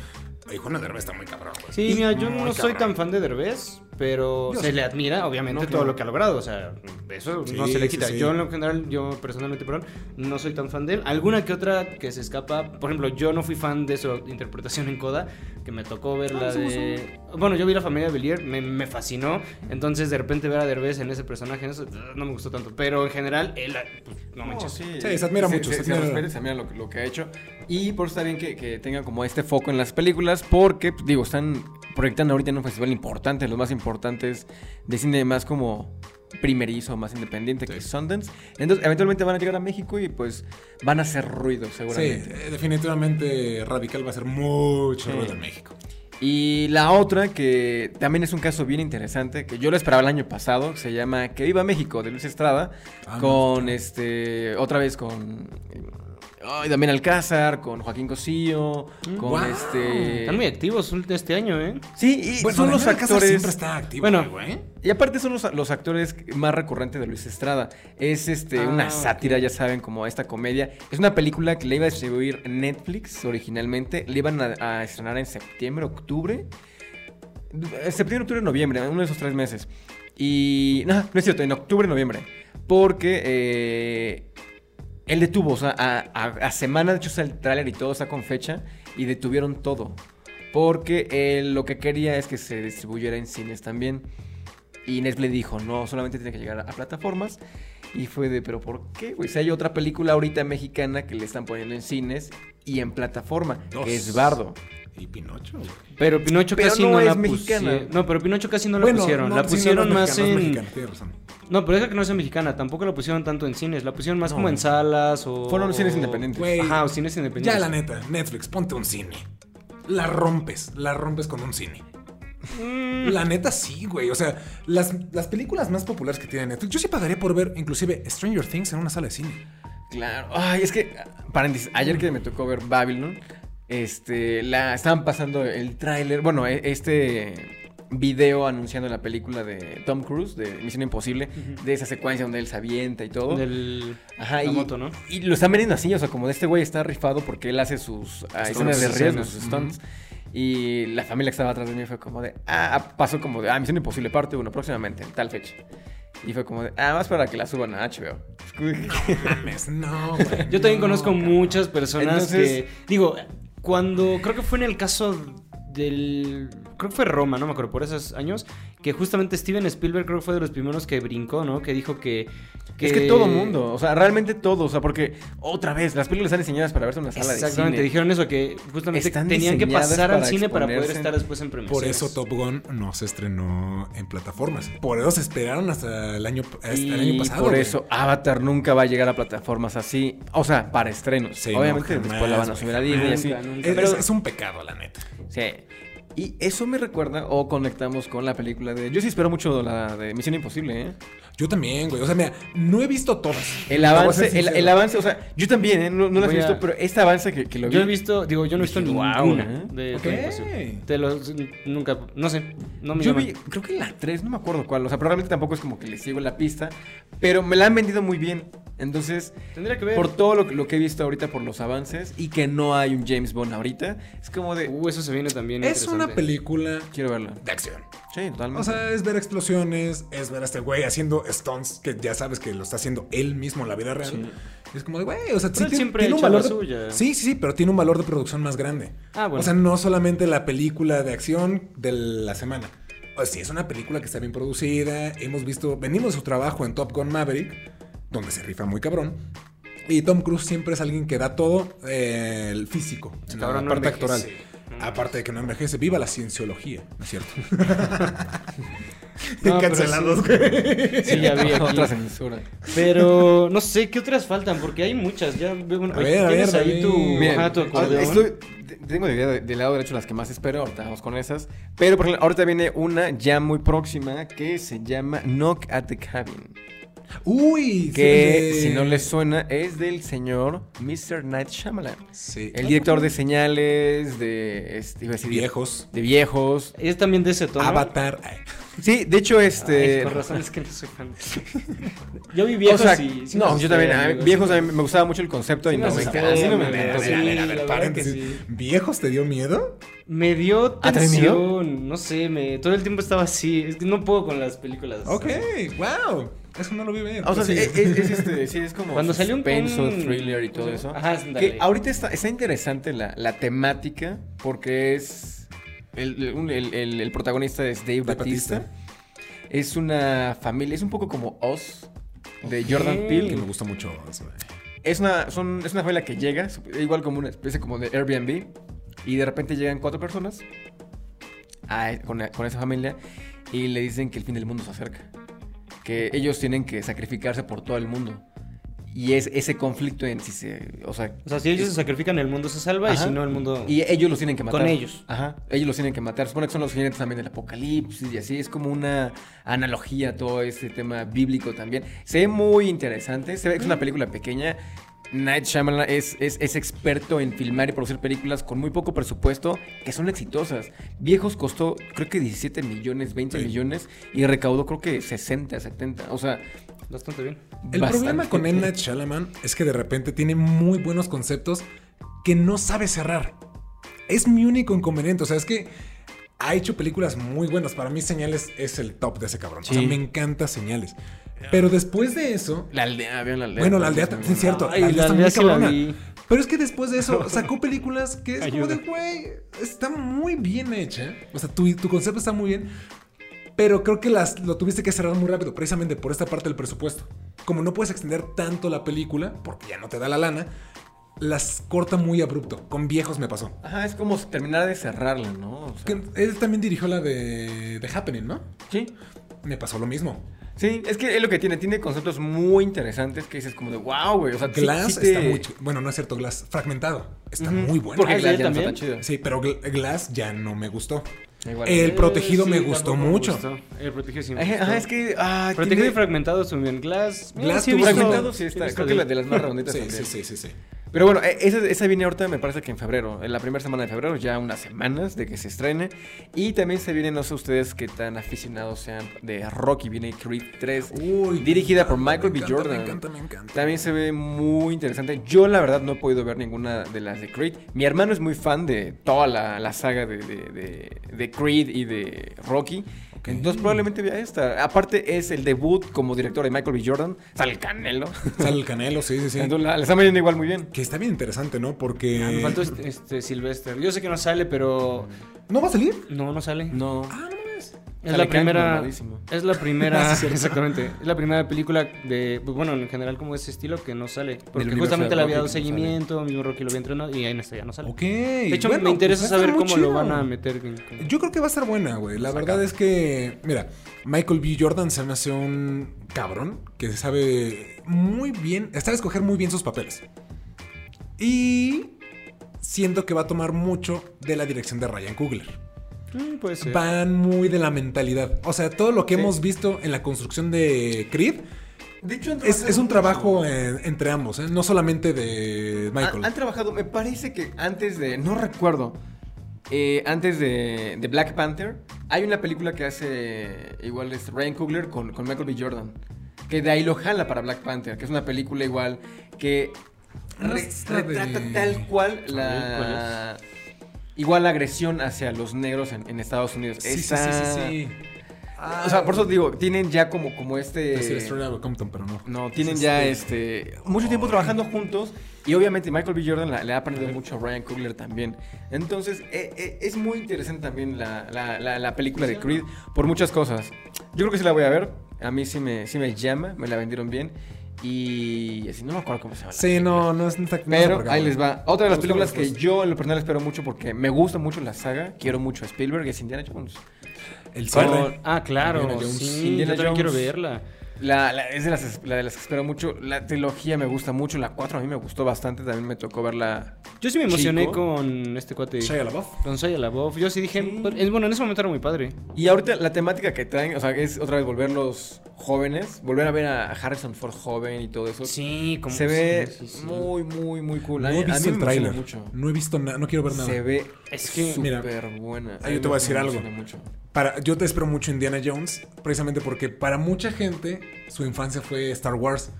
A: Eugenio Derbez está muy cabrón, güey.
B: Sí,
A: Y
B: mira, yo
A: muy
B: no soy
A: cabrón.
B: tan fan de Derbez, pero
A: Yo
B: se
A: sí.
B: le admira, obviamente,
A: No,
B: todo
A: claro.
B: lo que ha logrado. O sea, Eso
A: Sí,
B: no se le
A: sí,
B: quita.
A: sí.
B: Yo en lo general, yo personalmente, perdón, no soy tan fan de él. Alguna que otra que se escapa. Por ejemplo, yo no fui fan de su interpretación en Coda, que me tocó ver la de... Bueno, yo vi La Familia Belier, me, me fascinó. Entonces, de repente ver a Derbez en ese personaje, eso uh, no me gustó tanto. Pero en general, él... uh, pues, no manches.
A: Sí, se admira mucho,
C: Se,
A: se
C: se
A: admira.
C: respeta y se admira lo, lo que ha hecho. Y por eso está bien que, que tenga como este foco en las películas, porque, pues, digo, están proyectando ahorita en un festival importante, los más importantes de cine más como primerizo, más independiente que es Sundance. Entonces, eventualmente van a llegar a México y pues van a hacer ruido,
A: Sí,
C: seguramente.
A: eh, definitivamente Radical va a ser mucho
C: Sí.
A: ruido en México.
C: Y la otra, que también es un caso bien interesante, que yo lo esperaba el año pasado, se llama Que Viva México, de Luis Estrada,
A: Ah,
C: con este, otra vez con... Ay, Damián Alcázar, con Joaquín Cosillo, con
A: Wow.
C: este...
B: Están muy activos ul- este año, ¿eh?
C: Sí, y
A: Bueno,
C: son los
A: Damián Alcázar
C: actores...
A: siempre está activo,
B: Bueno,
A: güey. ¿eh?
C: Y aparte son los, los actores más recurrentes de Luis Estrada. Es este
B: Ah,
C: una
B: ok.
C: sátira, ya saben, como esta comedia. Es una película que le iba a distribuir Netflix originalmente. Le iban a, a estrenar en septiembre, octubre. Eh, Septiembre, octubre, noviembre, uno de esos tres meses. Y. No, no es cierto, en octubre, noviembre. Porque. eh, él detuvo, o sea, a, a- a semana, de hecho, está el tráiler y todo está con fecha. Y detuvieron todo. Porque él lo que quería es que se distribuyera en cines también. Y Netflix le dijo, no, solamente tiene que llegar a plataformas. Y fue de, pero ¿por qué, güey? Si hay otra película ahorita mexicana que le están poniendo en cines y en plataforma,
A: Dos.
C: que es Bardo.
A: Y Pinocho, güey.
B: Pero Pinocho
C: Pero
B: casi
C: no
B: no,
C: es
B: la
C: mexicana.
B: pusieron. No, pero Pinocho casi no la
A: Bueno,
B: pusieron.
A: no, sí, no, no
B: la
A: es
B: pusieron más
A: mexicana, no es
B: en...
A: mexicana, tienes razón.
B: No, pero deja que no sea mexicana, tampoco la pusieron tanto en cines, la pusieron más
C: No.
B: como en salas o...
C: Fueron cines independientes.
A: Oh, Güey,
B: Ajá, o cines
A: Ya
B: independientes.
A: la neta, Netflix, ponte un cine. La rompes, la rompes con un cine.
B: Mm,
A: La neta sí, güey. O sea, las, las películas más populares que tiene Netflix, yo sí pagaría por ver inclusive Stranger Things en una sala de cine.
C: Claro. Ay, es que, paréntesis, ayer que me tocó ver Babylon, este, la, estaban pasando el tráiler, bueno, e- este video anunciando la película de Tom Cruise, de Misión Imposible, de esa secuencia donde él se avienta y todo.
B: Del... la
C: Ajá, y,
B: moto, ¿no?
C: y lo están vendiendo así, o sea, como de este güey está rifado porque él hace sus ah,
A: Stunts.
C: escenas de riesgo,
A: Escenas,
C: sus
A: ujú.
C: stunts. Y la familia que estaba atrás de mí fue como de, ah, pasó como de, ah, Misión Imposible parte 1 próximamente, en tal fecha. Y fue como de, ah, más para que la suban a HBO. Es como-
A: Mames, no, güey.
B: Yo también
A: no,
B: conozco
A: cabrón.
B: muchas personas
C: Entonces-
B: que... Digo, cuando... Creo que fue en el caso del... Creo que fue Roma, no me acuerdo, por esos años, que justamente Steven Spielberg creo que fue de los primeros que brincó, ¿no? Que dijo que...
C: Es que todo mundo, o sea, realmente todo, o sea, porque otra vez, las películas están diseñadas para verse en una sala de cine.
B: Exactamente, dijeron eso, que justamente
C: Están
B: tenían que
C: diseñadas
B: pasar al
C: para
B: cine para poder
C: exponerse en-
B: estar después en premios.
A: Por eso Top Gun no se estrenó en plataformas. Por eso se esperaron hasta el año, hasta
C: y
A: el año pasado.
C: por
A: güey.
C: eso Avatar nunca va a llegar a plataformas así, o sea, para estrenos.
A: Sí, no,
C: Obviamente
A: jamás,
C: después la van a subir a
A: güey,
C: Disney
B: jamás.
C: y así.
B: Nunca, nunca.
A: Es,
C: Pero-
A: es- es un pecado, la neta.
C: Sí. Y eso me recuerda, o conectamos con la película de. Yo sí espero mucho la de Misión Imposible, ¿eh?
A: Yo también, güey. O sea, mira, no he visto todas.
C: El
A: Te voy a ser
C: avance, el,
A: sincero.
C: el avance, o sea, yo también, ¿eh? No, no las he
B: Voy a-
C: visto, pero este avance que, que lo vi.
B: Yo he visto, digo, yo no he visto
C: Dije, "Guau,
B: ninguna
C: ¿eh?
B: de
A: Ok.
B: Tony Cosio. Te los nunca, no sé, no me
C: Yo
B: llaman.
C: vi, creo que la 3, no me acuerdo cuál, o sea, pero realmente tampoco es como que le sigo la pista, pero me la han vendido muy bien. Entonces,
B: Tendría que ver.
C: por todo lo, que- lo que he visto ahorita, por los avances, y que no hay un James Bond ahorita, es como de,
B: Uh, eso se viene también
A: Es una
B: interesante.
A: película
C: quiero verla.
A: de acción.
C: Sí, totalmente.
A: O sea, es ver explosiones, es ver a este güey haciendo stunts que ya sabes que lo está haciendo él mismo en la vida real. Y Es como de, güey, o sea,
B: él siempre ha hecho
A: valor.
B: la
A: de-
B: suya.
A: Sí, sí, sí, pero tiene un valor de producción más grande.
B: Ah, bueno.
A: O sea, no solamente la película de acción de la semana. O sea, sí, es una película que está bien producida. Hemos visto, venimos de su trabajo en Top Gun Maverick, donde se rifa muy cabrón. Y Tom Cruise siempre es alguien que da todo eh, el físico, en la
B: cabrón no
A: parte actoral.
B: envejece. Mm. No
A: Aparte de que no envejece, viva la cienciología, ¿no es cierto?
B: No, pero
A: Cancelados,
B: sí. Sí, ya vi aquí.
C: otra censura.
B: Pero no sé qué otras faltan porque hay muchas. Ya bueno,
A: A ver, a
B: tienes
A: ver,
B: ahí
A: David.
B: tu,
A: Miren,
B: ajá, tu acordeón.
C: Ahora, Ah, estoy- te- tengo de idea de- del lado derecho las que más espero, ahorita vamos con esas. Pero por ejemplo, ahorita viene una ya muy próxima que se llama Knock at the Cabin.
A: Uy,
C: Que
A: sí,
C: si no
A: eh,
C: les suena es del señor Mr. Night Shyamalan.
A: sí.
B: Ah,
C: El director de señales, de... este, iba a decir-
A: viejos.
C: De viejos.
B: Es también de ese tono.
A: Avatar. ay.
C: Sí, de hecho, Ah, este.
B: Ay, con razón Ah, es que no soy fan. Yo vi viejos
C: o sea,
B: y... sí me
C: no,
B: asusté,
C: yo también. a mí,
B: amigos.
C: viejos a mí me gustaba mucho el concepto
B: Sí
C: y
B: me
C: no me
B: asusté,
C: encanta. Así no me
B: me
A: A ver,
C: encanta,
A: a
B: asusté.
C: sí.
A: ver, a
B: la
A: ver,
B: verdad
A: paréntesis.
B: que sí.
A: ¿Viejos te dio miedo?
B: Me dio
C: ¿Ah, te dio miedo?
B: tensión, no sé, me, todo el tiempo estaba así. Es que no puedo con las películas.
A: Ok, wow. Eso no lo vi venir.
C: Ah, O sea, sí,
A: Pues
C: es, es- es este, sí, es como
B: Cuando salió un
C: suspenso,
B: un-
C: thriller y todo eso.
B: Ajá,
C: Que
B: ándale.
C: ahorita está, está interesante la, la temática porque es. El, el- un- el- el- el protagonista es Dave
A: Dave
C: Batista.
A: Bautista.
C: Es una familia, es un poco como Oz de
B: Ok.
C: Jordan
A: Que
C: Peele.
A: me gusta mucho. eso, güey.
C: Es una, son, es una familia que llega, sup- igual como una especie como de Airbnb, y de repente llegan cuatro personas a- con, con esa familia y le dicen que el fin del mundo se acerca, que ellos tienen que sacrificarse por todo el mundo. Y es ese conflicto en si se... O sea,
B: O sea, si ellos se sacrifican, el mundo se salva
C: Ajá.
B: y si no, el mundo.
C: y ellos los tienen que matar.
B: Con ellos.
C: Ajá. Ellos los tienen que matar. Supone que son los jinetes también del apocalipsis y así. Es como una analogía a todo este tema bíblico también. Se ve muy interesante. Se ve que es una película pequeña. Night Shyamalan es, es, es experto en filmar y producir películas con muy poco presupuesto que son exitosas. Viejos costó creo que 17 millones, 20
A: Sí.
C: millones y recaudó creo que 60, 70. O sea,
B: Bastante bien.
A: El
C: bastante.
A: problema con M. Night Shyamalan es que de repente tiene muy buenos conceptos que no sabe cerrar. Es mi único inconveniente. O sea, es que ha hecho películas muy buenas. Para mí, Señales es el top de ese cabrón. O
C: Sí.
A: sea, me encanta Señales. Pero después de eso.
C: La aldea, vean la aldea.
A: Bueno, la aldea, sí, es cierto.
B: Ay,
A: la aldea
B: la
A: está
B: aldea
A: muy
B: sí la
A: cabrona.
B: vi.
A: Pero es que después de eso sacó películas que es como de,
B: Ayuda.
A: güey, está muy bien hecha. O sea, tu, tu concepto está muy bien. Pero creo que las, lo tuviste que cerrar muy rápido, precisamente por esta parte del presupuesto. Como no puedes extender tanto la película, porque ya no te da la lana, las corta muy abrupto. Con viejos me pasó.
C: Ajá, es como terminar de cerrarla, ¿no? O sea,
A: Que él también dirigió la de, de Happening, ¿no?
C: sí.
A: Me pasó lo mismo.
C: Sí, es que es lo que tiene. Tiene conceptos muy interesantes que dices como de wow, güey. O sea, Ah, sí-
A: Glass
C: sí te-
A: está muy... ch- Bueno, no es cierto, Glass. Fragmentado. Está
C: Ujú.
A: muy bueno.
C: Porque
B: Ah,
C: Glass
B: sí,
C: ya no está
B: también.
C: tan chido. Ah,
A: Sí, pero Gl- Glass ya no me gustó.
C: Igual.
A: El
B: Eh,
A: protegido
B: sí,
A: me gustó
B: tampoco me
A: mucho.
B: gustó. El protegido sí me
C: Ajá,
B: gustó.
C: ajá, es que. Ah,
B: Protegido
C: tiene-
B: y fragmentado subió Glass.
A: Glass
B: Eh, sí he
A: tuvo
B: visto-
C: Fragmentado sí
B: he
C: está.
B: visto
C: Creo que
B: de-
C: la de las más redonditas.
A: Sí, sí,
C: también.
A: sí, sí, sí.
C: Pero bueno, eh, esa, esa viene ahorita, me parece que en febrero, en la primera semana de febrero, ya unas semanas de que se estrene. Y también se viene, no sé ustedes qué tan aficionados sean de Rocky, viene Creed 3,
A: Uy,
C: dirigida
A: me
C: por
A: encanta, me
C: Michael B.
A: encanta,
C: Jordan.
A: Me encanta, me encanta.
C: También se ve muy interesante. Yo, la verdad, no he podido ver ninguna de las de Creed. Mi hermano es muy fan de toda la, la saga de, de- de- de Creed y de Rocky.
A: Ok.
C: Entonces, probablemente vea esta. Aparte, es el debut como director de Michael B. Jordan. Sale el canelo.
A: Sale el canelo, sí, sí, sí.
C: Entonces, la, la están viendo igual muy bien.
A: Que está bien interesante, ¿no?
B: Ah, me
A: Porque.
B: faltó este, este Sylvester. Yo sé que no sale, pero.
A: ¿No va a salir?
B: No, no sale.
C: No.
A: Ah, no mames.
B: Es
C: Sale
B: la
C: Kang
B: primera.
C: mamadísimo.
B: Es la primera. exactamente. Es la primera película de. pues, Bueno, en general, como de ese estilo que no sale. Porque
C: universo
B: justamente
C: de
B: le había
C: Rocky
B: dado
C: que no
B: seguimiento, mismo Rocky lo había entrenado y ahí en esta ya no sale.
A: Ok.
B: De hecho,
A: bueno,
B: me interesa
A: pues va a
B: saber
A: estar
B: cómo
A: muy
B: lo
A: chido.
B: van a meter. en- con-
A: Yo creo que va a estar buena, güey. La verdad es que, mira, Michael B. Jordan se me hace un cabrón que sabe muy bien, sabe escoger muy bien sus papeles. Y siento que va a tomar mucho de la dirección de Ryan Coogler.
B: Mm, puede ser.
A: Van muy de la mentalidad. O sea, todo lo que
C: Sí.
A: hemos visto en la construcción de Creed
C: De hecho, han
A: es,
C: trabajado
A: es un
C: mucho.
A: trabajo en- entre ambos, ¿eh? no solamente de
C: Han-
A: Michael.
C: Han, trabajado, me parece que antes de, no recuerdo, eh, antes de, de Black Panther, hay una película que hace igual es Ryan Coogler con, con Michael B. Jordan, que de ahí lo jala para Black Panther, que es una película igual que
A: No
C: re-
A: es la de-
C: retrata tal cual
B: A
C: la... Igual la agresión hacia los negros en, en Estados Unidos.
A: Sí, sí, sí,
C: Está-
A: sí, sí.
C: O sea, por eso digo, tienen ya como, como este...
A: Decir Straight Outta Compton, pero no.
C: No, tienen
A: Es
C: ya
A: este-
C: este mucho tiempo trabajando juntos y obviamente Michael B. Jordan la- le ha aprendido mucho a Ryan Coogler también. Entonces eh, eh, es muy interesante también la, la- la- la película de Creed por muchas cosas. Yo creo que sí la voy a ver. A mí sí me, sí me llama, me la vendieron bien y así no me acuerdo cómo se llama. la
A: Sí, no, no es no está- ¿eh? no está
C: pero
A: por acá,
C: ahí
A: güey.
C: les va. Otra de
A: Buscamos
C: las películas que
A: después.
C: yo en lo personal espero mucho porque me gusta mucho la saga, quiero mucho a Spielberg y es Indiana Jones.
A: El
C: Con-
A: cierre.
B: Ah, claro.
A: Indiana Jones.
B: Sí,
C: Indiana
B: yo también
C: Jones.
B: quiero verla.
C: La, la- es de las, la de las que espero mucho. La trilogía me gusta mucho. La 4 a mí me gustó bastante. También me tocó verla.
B: Yo sí me emocioné
C: Chico.
B: con este cuate.
A: Shia LaBeouf.
B: Con Shia LaBeouf. Yo sí dije.
C: Sí.
B: "Pues, es- Bueno, en ese momento era muy padre.
C: Y ahorita la temática que traen, o sea, es otra vez volverlos jóvenes. Volver a ver a Harrison Ford joven y todo eso.
B: Sí, como.
C: Se ve
B: sí, sí, sí.
C: muy, muy, muy cool.
A: No
C: A mí-
A: he
C: a mí
A: visto
C: me
A: el
C: emociona
A: tráiler.
C: mucho.
A: No he visto nada, no quiero ver nada.
C: Se ve
B: Es que.
A: Su- Mira,
C: Súper buena.
A: ahí yo te voy a decir
C: Me
A: algo.
C: emociona mucho.
A: Para, yo te espero mucho Indiana Jones, precisamente porque para mucha gente su infancia fue Star Wars.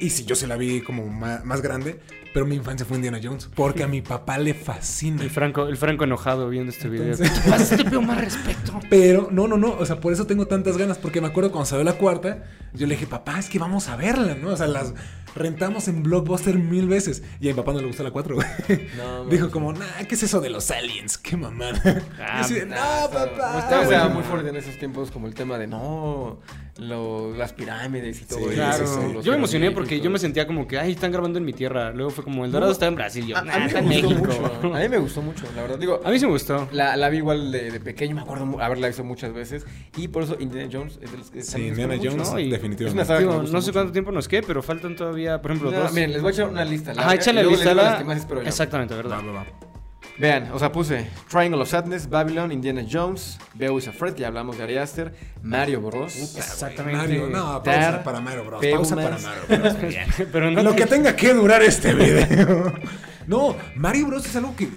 A: Y si yo se la vi como ma- más, grande, pero mi infancia fue Indiana Jones, porque a mi papá le fascina.
B: El Franco, el Franco enojado viendo este video.
A: Entonces-
B: ¿Qué pasa? Te pido más respeto.
A: Pero no, no, no, o sea, por eso tengo tantas ganas, porque me acuerdo cuando salió la cuarta, yo le dije, papá, es que vamos a verla, ¿no? O sea, las rentamos en Blockbuster mil veces. Y a mi papá no le gustó la cuatro, güey.
C: No, mames.
A: Dijo como, nah, ¿qué es eso de los aliens? ¡Qué mamada!
B: Ah,
A: Y así de, no,
C: Ah,
A: papá.
C: Estaba
A: güey.
C: muy fuerte en esos tiempos como el tema de no, lo- las pirámides y todo eso.
B: Claro.
A: sí, sí.
C: los
B: Yo me emocioné
C: jeroglíficos.
B: porque yo me sentía como que, ay, están grabando en mi tierra. Luego fue como, El Dorado está en Brasil. Yo,
C: A,
B: "Nah,
C: a mí
B: está en
C: me gustó
B: México.
C: mucho. A mí me gustó mucho, la verdad. Digo,
B: A mí sí me gustó.
C: la, la vi igual de, de pequeño, me acuerdo mu- haberla visto muchas veces. Y por eso Indiana Jones es de los que
A: Sí,
C: también
A: Indiana
C: espero mucho,
A: Jones,
B: ¿no? Y-
C: Es una
A: definitivamente.
C: saga que
B: Digo,
C: me
B: no sé
C: gusta mucho.
B: cuánto tiempo nos queda, pero faltan todavía, por ejemplo,
C: No,
B: dos.
C: miren, les voy a echar una lista.
B: Ajá, échale la lista.
C: Las
B: la-
C: que más espero yo.
B: Exactamente, ¿verdad?
A: Va, va, va.
C: Vean, o sea, puse Triangle of Sadness, Babylon, Indiana Jones, Beowulf a Fred, que ya hablamos de Ari Aster, Mario Bros.
B: Exactamente.
A: Mario, no, pausa
C: Dar-
A: para Mario Bros.
C: Peu
A: Pausa
C: más.
A: para Mario Bros.
B: pero no
A: Lo que
B: te-
A: tenga que durar este video. No, Mario Bros es algo que.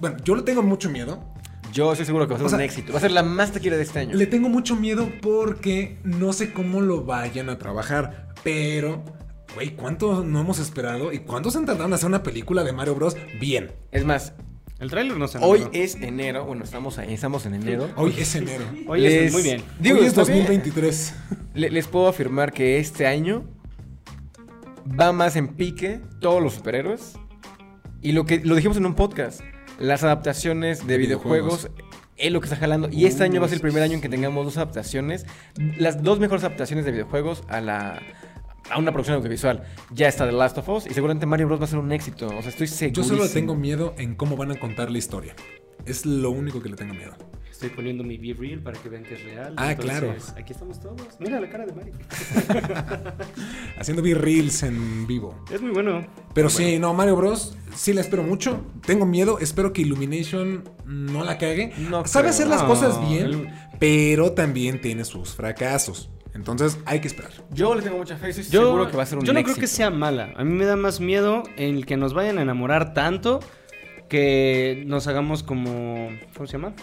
A: Bueno, yo le tengo mucho miedo.
C: Yo estoy seguro que va a ser
A: O sea,
C: un éxito. Va a ser la más taquilla de este año.
A: Le tengo mucho miedo porque no sé cómo lo vayan a trabajar. Pero, güey, ¿cuánto no hemos esperado? ¿Y cuánto se han tardado en hacer una película de Mario Bros? Bien.
C: Es más,
B: El tráiler no se
C: hoy
B: anunció.
C: es enero. Bueno, estamos ahí, estamos en enero.
A: Hoy es enero.
B: Hoy es-
C: Les-
B: muy bien.
C: Digo,
A: Hoy es
C: está bien.
A: 2023.
C: Le- les puedo afirmar que este año va más en pique todos los superhéroes. Y lo que lo dijimos en un podcast, las adaptaciones de
A: De videojuegos.
C: videojuegos, es lo que está jalando. Y este año va a ser el primer año en que tengamos dos adaptaciones, las dos mejores adaptaciones de videojuegos a la a una producción audiovisual. Ya está The Last of Us y seguramente Mario Bros va a ser un éxito. O sea, estoy seguro.
A: Yo solo le tengo miedo en cómo van a contar la historia. Es lo único que le tengo miedo.
B: Estoy poniendo mi Be Real para que vean que es real.
A: Ah, claro.
B: Aquí estamos todos. Mira la cara de Mari.
A: Haciendo B-Reels en vivo.
B: Es muy bueno.
A: Pero sí, no, Mario Bros. Sí la espero mucho. Tengo miedo. Espero que Illumination no la cague.
C: No
A: Sabe
C: creo.
A: hacer las
B: No,
A: cosas bien,
B: el-
A: pero también tiene sus fracasos. Entonces hay que esperar.
C: Yo le tengo mucha fe, estoy
B: Yo,
C: seguro que va a ser un
B: yo no
C: éxito.
B: creo que sea mala. A mí me da más miedo el que nos vayan a enamorar tanto que nos hagamos como. ¿Cómo se llama?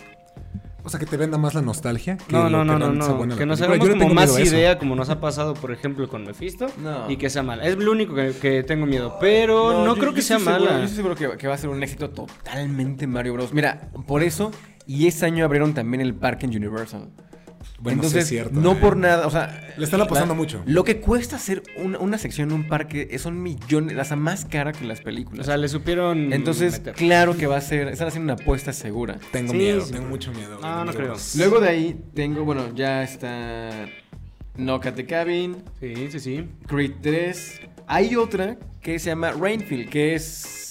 A: O sea, que te venda más la nostalgia. que
B: No,
A: lo
B: no,
A: que
B: no, no,
A: realmente sea
B: no.
A: buena la
B: Que nos
A: película.
B: hagamos
A: Yo le
B: como
A: tengo miedo
B: más
A: a eso.
B: idea, como nos ha pasado, por ejemplo, con Mephisto.
C: No.
B: Y que sea mala. Es lo único que, que tengo miedo. Pero no,
C: yo-
B: creo
C: yo
B: que sea
C: estoy seguro-
B: mala.
C: Yo estoy seguro que, que va a ser un éxito totalmente Mario Bros. Mira, por eso, y este año abrieron también el parque en Universal.
A: Bueno, sí
C: Entonces,
A: es cierto.
C: no
A: eh.
C: por nada, o sea...
A: Le están apostando
C: la-
A: mucho.
C: Lo que cuesta hacer una, una sección en un parque es- son millones, hasta más cara que las
B: O
C: películas.
B: sea, le supieron.
C: Entonces,
B: meter.
C: claro que va a ser, están haciendo una apuesta segura.
A: Tengo
B: Sí,
A: miedo,
B: sí.
A: tengo mucho miedo.
B: No, no creo.
C: Luego de ahí tengo, bueno, ya está Knock at the Cabin,
B: Sí, sí, sí.
C: Creed 3. Hay otra que se llama Rainfield, que es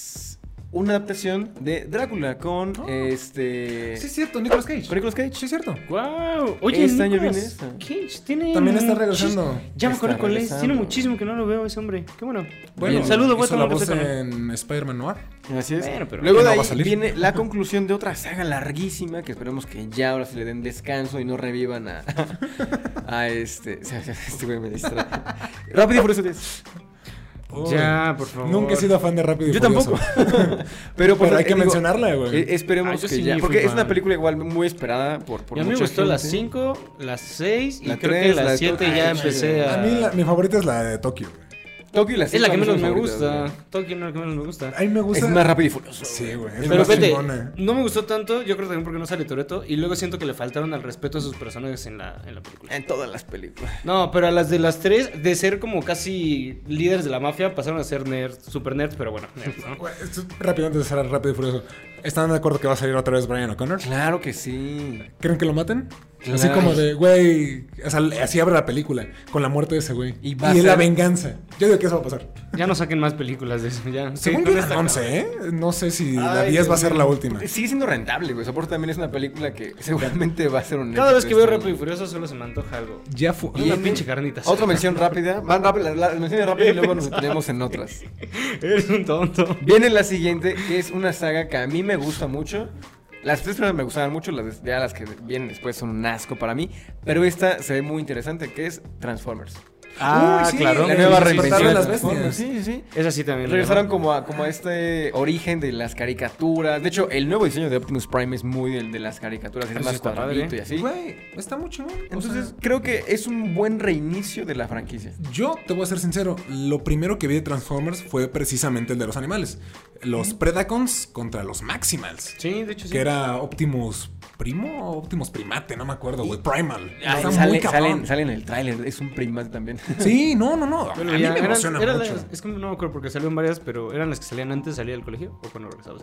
C: una adaptación de Drácula con
A: Oh.
C: este.
A: Sí, es cierto, Nicolas Cage.
C: Nicolas Cage.
A: Sí, es cierto.
B: ¡Wow! Oye,
C: Este año
B: Nicolas
C: viene esta.
B: Cage tiene.
A: También está
B: muchis-
A: regresando.
B: Ya me
C: Está
B: acuerdo cuál es. Tiene
C: regresando.
B: muchísimo que no lo veo ese hombre. Qué bueno.
A: Bueno,
B: saludo, voy a
A: hizo la
B: tomar
A: voz
B: café con él.
A: en Spider-Man Noir.
C: Así es.
B: Bueno, pero-
C: Luego
A: ¿Que
C: de
A: no
C: ahí
A: va a salir?
C: viene la conclusión de otra saga larguísima que esperemos que ya ahora se le den descanso y no revivan a. a este. Este güey me distrae. Rápido y Furioso 10.
B: Ya, por favor.
A: Nunca he sido fan de Rápido y
C: Yo
A: Furioso.
C: tampoco. Pero, pues,
A: Pero hay
C: eh,
A: que
C: digo,
A: mencionarla, güey.
C: eh, Esperemos
B: Ah, yo
C: que
B: sí
C: ya.
B: fui
C: Porque es
B: fan.
C: una película igual muy esperada por, por
B: Y a mí me
C: mucha
B: gustó las
C: gente.
B: 5, las 6 y
C: La
B: creo que
C: tres, la
B: las
C: de
B: 7
C: Tokio.
B: ya
C: Ay,
B: empecé a...
A: A mí la- mi favorita es la de Tokio. güey.
C: Tokio y las
B: Es la
C: cinco
B: que
C: a mí
B: menos
C: son
B: me
C: favoritas,
B: gusta.
C: güey.
B: Tokio no es la que menos me gusta.
A: A mí me gusta.
C: Es más rápido y furioso.
A: Sí, güey. es
B: Pero
A: más eh.
B: fíjate,
A: chingona.
B: no me gustó tanto, yo creo también porque no sale Toreto y luego siento que le faltaron al respeto a sus personajes en la, en la película.
C: En todas las películas.
B: No, pero a las de las tres, de ser como casi líderes de la mafia, pasaron a ser nerds, super nerds, pero bueno, nerds, ¿no?
A: Güey, esto es Rápido, antes de cerrar rápido y furioso. ¿Están de acuerdo que va a salir otra vez Brian O'Connor?
C: Claro que sí.
A: ¿Creen que lo maten?
C: Claro.
A: Así como de, güey, o sea, así abre la película, con la muerte de ese güey. Y,
C: Y va a
A: la
C: ser-
A: venganza. Yo digo que eso va a pasar.
B: Ya no saquen más películas de eso, ya.
A: Según
B: Sí,
A: yo
B: con
A: eran
B: esta
A: 11, ¿eh? No sé si la
C: Ay,
A: 10 va a
C: Dios
A: ser
C: mío.
A: la última.
C: Sigue siendo rentable, güey. O sea, por eso también es una película que seguramente va a ser un.
B: Cada
C: éxito
B: vez que veo
C: este
B: Rápido y
C: año.
B: Furioso solo se me antoja algo.
A: Ya fue.
B: Y- Una pinche carnita asada.
C: Otra mención rápida. Van rápido, las menciones rápidas y luego nos detenemos en otras.
B: Eres un tonto.
C: Viene la siguiente, que es una saga que a mí me gusta mucho. Las tres primeras me gustaban mucho, las des- ya las que vienen después son un asco para mí. Pero esta se ve muy interesante, que es Transformers.
B: Ah,
A: Uy, sí,
B: claro.
A: la
B: Sí,
A: nueva
B: sí, sí,
A: reinvención de
B: sí,
A: las
B: sí.
A: bestias.
C: Sí, sí, sí.
B: Esa sí también. la
C: Regresaron
B: amo.
C: como a, como a este origen de las caricaturas. De hecho, el nuevo diseño de Optimus Prime es muy del de las caricaturas. Es
B: Eso
C: más
B: está padre. ¿eh?
C: cuadradito y así.
A: Güey, está muy chingón. O
C: Entonces,
A: sea,
C: creo que es un buen reinicio de la franquicia.
A: yo te voy a ser sincero. Lo primero que vi de Transformers fue precisamente el de los animales. Los Predacons contra los Maximals.
B: Sí, de hecho Pues sí.
A: Que era Optimus Primo o Optimus Primate, no me acuerdo, güey. Primal.
C: Ah,
A: Está muy
C: sale,
A: cabrón.
C: salen- sale en el tráiler, es un primate también.
A: Sí, no, no, no.
B: Bueno,
A: a mí
B: ya
A: me
B: eran-
A: emociona
B: eran
A: mucho.
B: las- es que no me acuerdo porque salieron varias, pero eran las que salían antes de salir del colegio o cuando regresabas.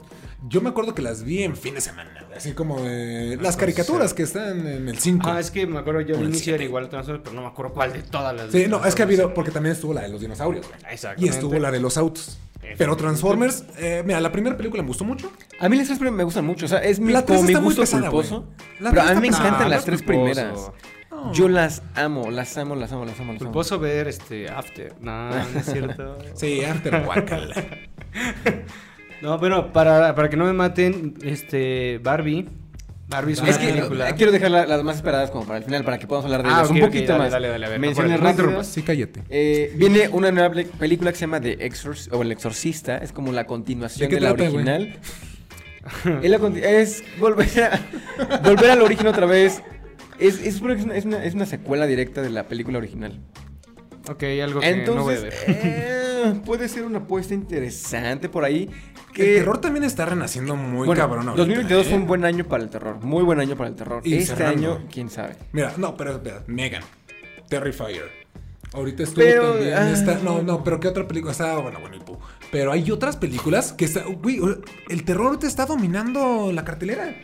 A: Yo me acuerdo que las vi en fin de semana. güey, Así como eh, las caricaturas que están en el 5.
B: Ah, es que me acuerdo yo
A: Con
B: al
A: el
B: inicio era
A: siete.
B: igual Transformers, pero no me acuerdo cuál de todas las.
A: Sí, no, es que ha habido, porque también estuvo la de los dinosaurios, güey. Y
B: Exactamente.
A: estuvo la de los autos. Pero Transformers, eh, mira, la primera película me gustó mucho.
C: A mí las tres primeras me gustan mucho. O sea, es mi,
A: La tres
C: como mi
A: está muy
C: gusto
A: pesada,
C: culposo.
A: güey. La
C: Pero
A: tres
C: a mí me
A: está pesada.
C: encantan
A: No
C: las
A: es
C: tres
B: culposo.
C: primeras. Yo las amo, las amo, las amo, las amo. Las amo.
B: Culposo ver este After. No, no es cierto.
A: Sí, After Guacala.
B: No, bueno, para, para que no me maten, este Barbie. Barbie es una
C: Es que
B: película.
C: eh, quiero dejar la- las más esperadas como para el final, para que podamos hablar de
B: Ah,
C: ellas
B: ok,
C: un
B: ok,
C: poquito
B: dale,
C: más.
B: dale, dale, a ver,
C: Menciones
B: no, por- no
C: rápidas.
B: interrumpas.
A: Sí, cállate.
C: Eh, viene una nueva ple- película que se llama The Exorcist o El Exorcista. Es como la continuación
A: ¿De qué
C: de, la
A: trata, güey?
C: original. es, la conti- es volver, a, volver al origen otra vez. Es, es, una- es una, es, una, es una secuela directa de la película original.
B: Ok, algo que no voy a
C: Entonces,
B: ver.
C: eh, puede ser una apuesta interesante por ahí.
A: El
C: Que,
A: terror también está renaciendo muy
C: bueno,
A: cabrón ahorita,
C: 2022 fue
A: ¿eh?
C: un buen año para el terror. Muy buen año para el terror.
A: Y
C: este
A: cerrando.
C: año, quién sabe.
A: Mira, no, pero espera, Megan. Terrifier. Ahorita estuvo
C: Pero,
A: también
C: ah.
A: esta- No, no, pero ¿qué otra película? Está, bueno, bueno, el pu. Pero hay otras películas que está. Güey, o sea, el terror te está dominando la cartelera.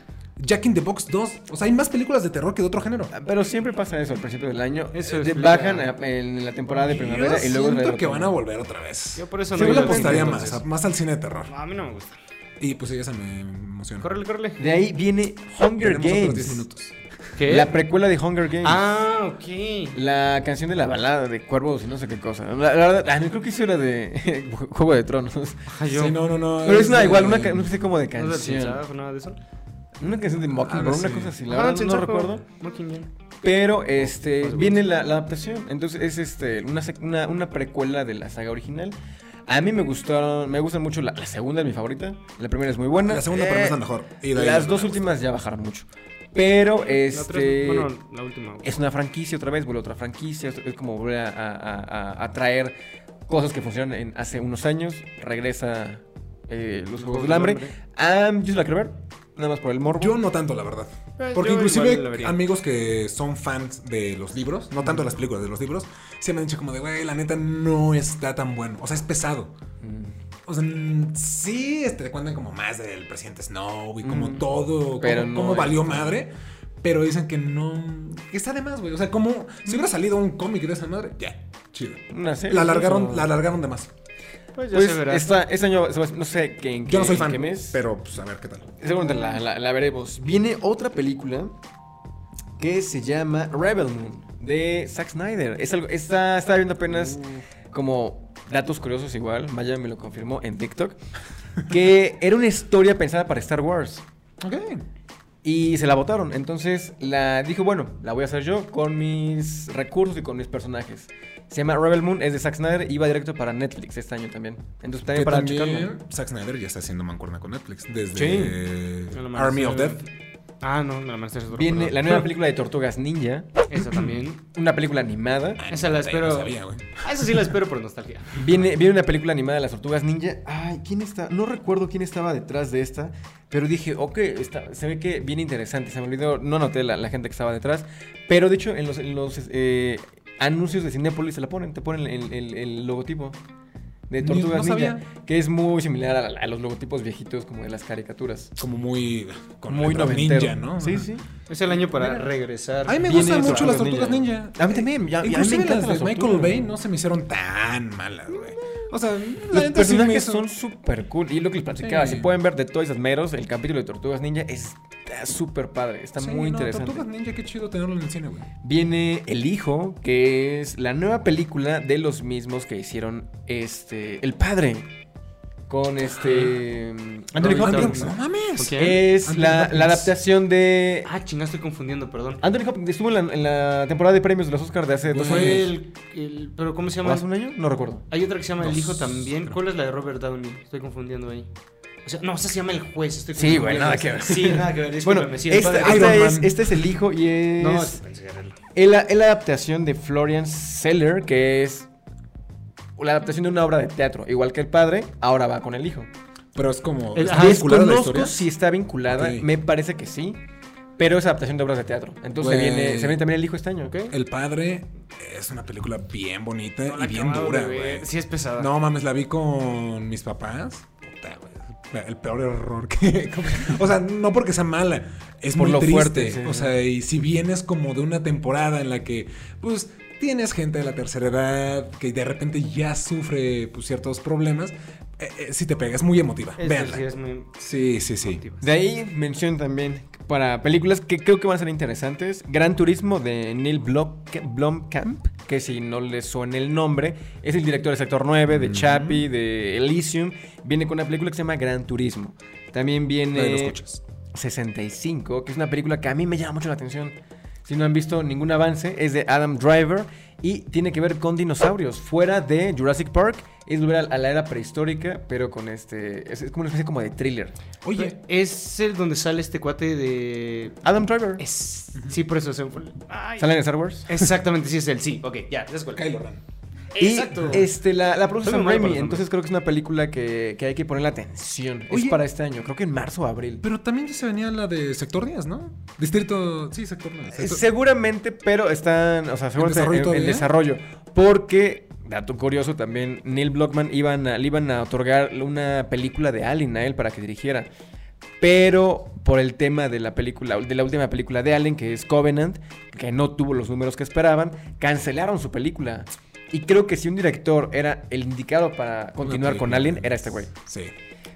A: Jack in the Box 2. O sea, hay más películas de terror que de otro género.
C: Ah, Pero siempre pasa eso al principio del año.
B: Eso
C: Eh,
B: explica.
C: bajan a- en la temporada de primavera
A: Yo
C: y luego.
A: siento que van a volver otra vez.
B: Yo por eso no
A: Yo le
B: iba a ver,
A: apostaría
B: entonces.
A: más, a- más al cine de terror.
B: No, a mí no me gusta.
A: Y pues ella se me emociona.
B: Córrele, córrele.
C: De ahí viene
A: Tenemos
C: Hunger
A: otros 10
C: Games.
A: minutos.
B: ¿Qué?
C: La precuela de Hunger Games.
B: ah, ok.
C: La canción de la balada de cuervos y no sé qué cosa. La, la verdad, ah, no, creo que eso era de Juego de Tronos.
B: Ay, yo-
A: Sí, no, no, no. este,
C: Pero es una,
A: de-
C: igual, una, ca- no sé como de
B: ¿No es del
C: canción.
B: Sinsajo, nada de eso?
C: Una canción de Mockingbird,
A: Ah,
C: una
A: sí.
C: cosa así. La
B: Ah,
C: verdad, no
B: Sinsajo,
C: recuerdo.
B: Mockingjay.
C: Pero este
B: Pues,
C: viene la, la adaptación. Entonces es este una, sec- una, una precuela de la saga original. A mí me gustaron, me gustan mucho. La, la segunda es mi favorita. La primera es muy buena.
A: La segunda
C: Eh,
A: para mí es la mejor. Y de ahí no
C: Las dos
A: me gusta.
C: últimas ya bajaron mucho. Pero
B: La otra-
C: este
B: bueno, la última. güey.
C: es una franquicia otra vez, vuelve otra franquicia. Es como volver a, a- a- a traer cosas que funcionan en- hace unos años. Regresa eh, los Juegos del Hambre. Ah, yo se la quiero ver. Nada más por el morbo.
A: Yo no tanto, la verdad.
B: Eh,
A: Porque
B: yo
A: inclusive
B: igual la vería.
A: amigos que son fans de los libros, no tanto de las películas, de los libros, se me han dicho como de, güey, la neta no está tan bueno. O sea, es pesado. O sea, mm, sí este, te cuentan como más del presidente Snow y como
C: Mm.
A: todo,
C: Pero
A: cómo,
C: no
A: cómo
C: es-
A: valió madre. Pero dicen que no... que Está de más, güey. O sea, como si hubiera salido un cómic de esa madre, ya, chido.
C: Una serie,
A: La alargaron,
C: o-
A: la alargaron de más.
B: Pues ya
C: Pues
B: se verá.
C: esta- este año, se va- no sé qué- en qué,
A: Yo no soy
C: en
A: fan,
C: qué mes.
A: pero pues a ver qué tal.
C: Seguramente la, la- la veremos. Viene otra película que se llama Rebel Moon de Zack Snyder. Es algo, está, estaba viendo apenas como datos curiosos igual, Maya me lo confirmó en TikTok, que era una historia pensada para Star Wars.
A: Ok.
C: Y se la votaron. Entonces la dijo, bueno, la voy a hacer yo con mis recursos y con mis personajes. Se llama Rebel Moon, es de Zack Snyder y va directo para Netflix este año también. Entonces también
A: Que
C: para checarlo.
A: también Zack Snyder ya está haciendo mancuerna con Netflix desde
C: Sí.
A: eh,
B: No, la amanecer-
A: Army of Death.
B: Ah, no, la amanecer es otro,
C: Viene
B: perdón.
C: la nueva película de Tortugas Ninja,
B: Esa también.
C: una película animada.
B: Esa la
A: Ay, no
B: espero.
A: sabía, güey.
B: Ah, esa sí la espero por nostalgia.
C: Viene, viene una película animada de las Tortugas Ninja. Ay, ¿quién está? No recuerdo quién estaba detrás de esta, pero dije, ok, está- se ve que viene interesante. Se me olvidó, no noté la, la gente que estaba detrás, pero de hecho en los, en los, eh, anuncios de Cinépolis se la ponen, te ponen el, el- el logotipo. De
A: Ni-
C: Tortugas
A: no
C: Ninja,
A: sabía.
C: que es muy similar a, a los logotipos viejitos como de las caricaturas.
A: Como muy. Con
C: muy
A: letra
C: noventero.
A: ninja, ¿no?
C: Sí, sí.
B: Es el año para regresar.
A: A mí me
C: Viene
A: gustan mucho
C: Tortugas
A: las tortugas ninja.
C: Ninja. A mí también, ya- ya me
A: Inclusive
C: encantan
A: las de
C: las
A: Michael
C: tortugas.
A: Bay no se me hicieron tan malas, güey. O sea, la
C: Los
A: neta sí me
C: personajes
A: hizo-
C: son súper cool. Y lo que les platicaba,
A: Sí.
C: si pueden ver de Toys and Meros, el capítulo de Tortugas Ninja está súper padre, está
A: Sí,
C: muy
A: no,
C: interesante.
A: Tortugas ninja, qué chido tenerlo en el cine, güey.
C: Viene El Hijo, que es la nueva película de los mismos que hicieron este El Padre. con este...
A: Anthony
C: Robin
A: Hopkins.
C: Downey.
A: No mames.
B: Ok.
C: Es
A: Anthony
C: la,
A: Hopkins.
C: la adaptación de...
B: Ah, chingada, estoy confundiendo, perdón.
C: Anthony Hopkins estuvo en la, en la temporada de premios de los Oscars de hace dos
A: Güey.
B: Fue
C: años.
B: el, el- ¿Pero cómo se
C: ¿O
B: llama?
C: hace un año? No recuerdo.
B: Hay otra que se llama El
A: Dos,
B: Hijo también.
A: creo.
B: ¿Cuál es la de Robert Downey? Estoy confundiendo ahí. O sea, no, esa se llama El Juez. Estoy
C: Sí, güey,
B: confundiendo.
C: nada que ver.
B: Sí, nada que ver.
C: Bueno,
B: discúlpame, sí, el
C: esta,
B: padre-
C: esta
A: Iron
C: es,
A: Man.
C: este es el hijo y es...
B: No, pensé que era él.
C: Es la, es la adaptación de Florian Seller, que es la adaptación de una obra de teatro. Igual que el padre, ahora va con el hijo.
A: Pero es como.
B: El-
A: ¿está
B: ajá,
A: vinculada a la
C: ah, Desconozco
A: historia?
C: si está vinculada,
A: Ok.
C: me parece que sí, pero es adaptación de obras de teatro. Entonces
A: Güey.
C: viene, se viene también el hijo este año, ¿ok?
A: El padre es una película bien bonita
B: No la
A: Eh, y bien
B: acababa
A: dura,
B: de ver.
A: güey.
B: Sí, es pesada.
A: No mames, la vi con mis papás. Puta, güey. El peor error que. O sea, no porque sea mala, es
C: Por
A: muy
C: lo
A: triste.
C: fuerte, sí.
A: O sea, y si vienes como de una temporada en la que, pues, tienes gente de la tercera edad que de repente ya sufre pues, ciertos problemas, eh, eh, si te pega, es muy emotiva.
B: Esta
A: Véanla.
B: sí es muy.
A: Sí, sí, sí.
B: emotiva.
C: De ahí mención también para películas que creo que van a ser interesantes. Gran Turismo de Neil Blom- Blomkamp, que si no le suena el nombre, es el director de Sector 9, de Chappie, de Elysium. Viene con una película que se llama Gran Turismo. También
A: La de los
C: viene
A: coches.
C: 65, que es una película que a mí me llama mucho la atención. Si no han visto ningún avance, es de Adam Driver y tiene que ver con dinosaurios. Fuera de Jurassic Park, es volver a, a la era prehistórica, pero con este... Es, es como una especie como de thriller.
A: Oye,
B: Es el donde sale este cuate de.
C: Adam Driver.
B: Es. Sí, por eso se me fue. Ay.
C: Salen en Star Wars.
B: Exactamente, sí es él. Sí, ok, ya, es cuál.
A: Kylo Ren.
B: Exacto.
C: Y este, la, la produce
B: Soy muy
C: Sam
B: malo para
C: Raimi,
B: los
C: entonces creo que es una película que, que hay que ponerle atención.
A: Oye.
C: Es para este año, creo que en marzo o abril.
A: Pero también ya se venía la de Sector 10, ¿no? Distrito. Sí, Sector 10.
C: Eh, Seguramente, pero están, o sea, seguramente
A: desarrollo
C: en- en,
A: todavía?
C: desarrollo. Porque, dato curioso también, Neil Blockman iban a- le iban a otorgar una película de Alien a él para que dirigiera. Pero por el tema de la película, de la última película de Allen, que es Covenant, que no tuvo los números que esperaban, cancelaron su película. Y creo que si un director era el indicado para continuar con Alien, era este güey.
A: Sí.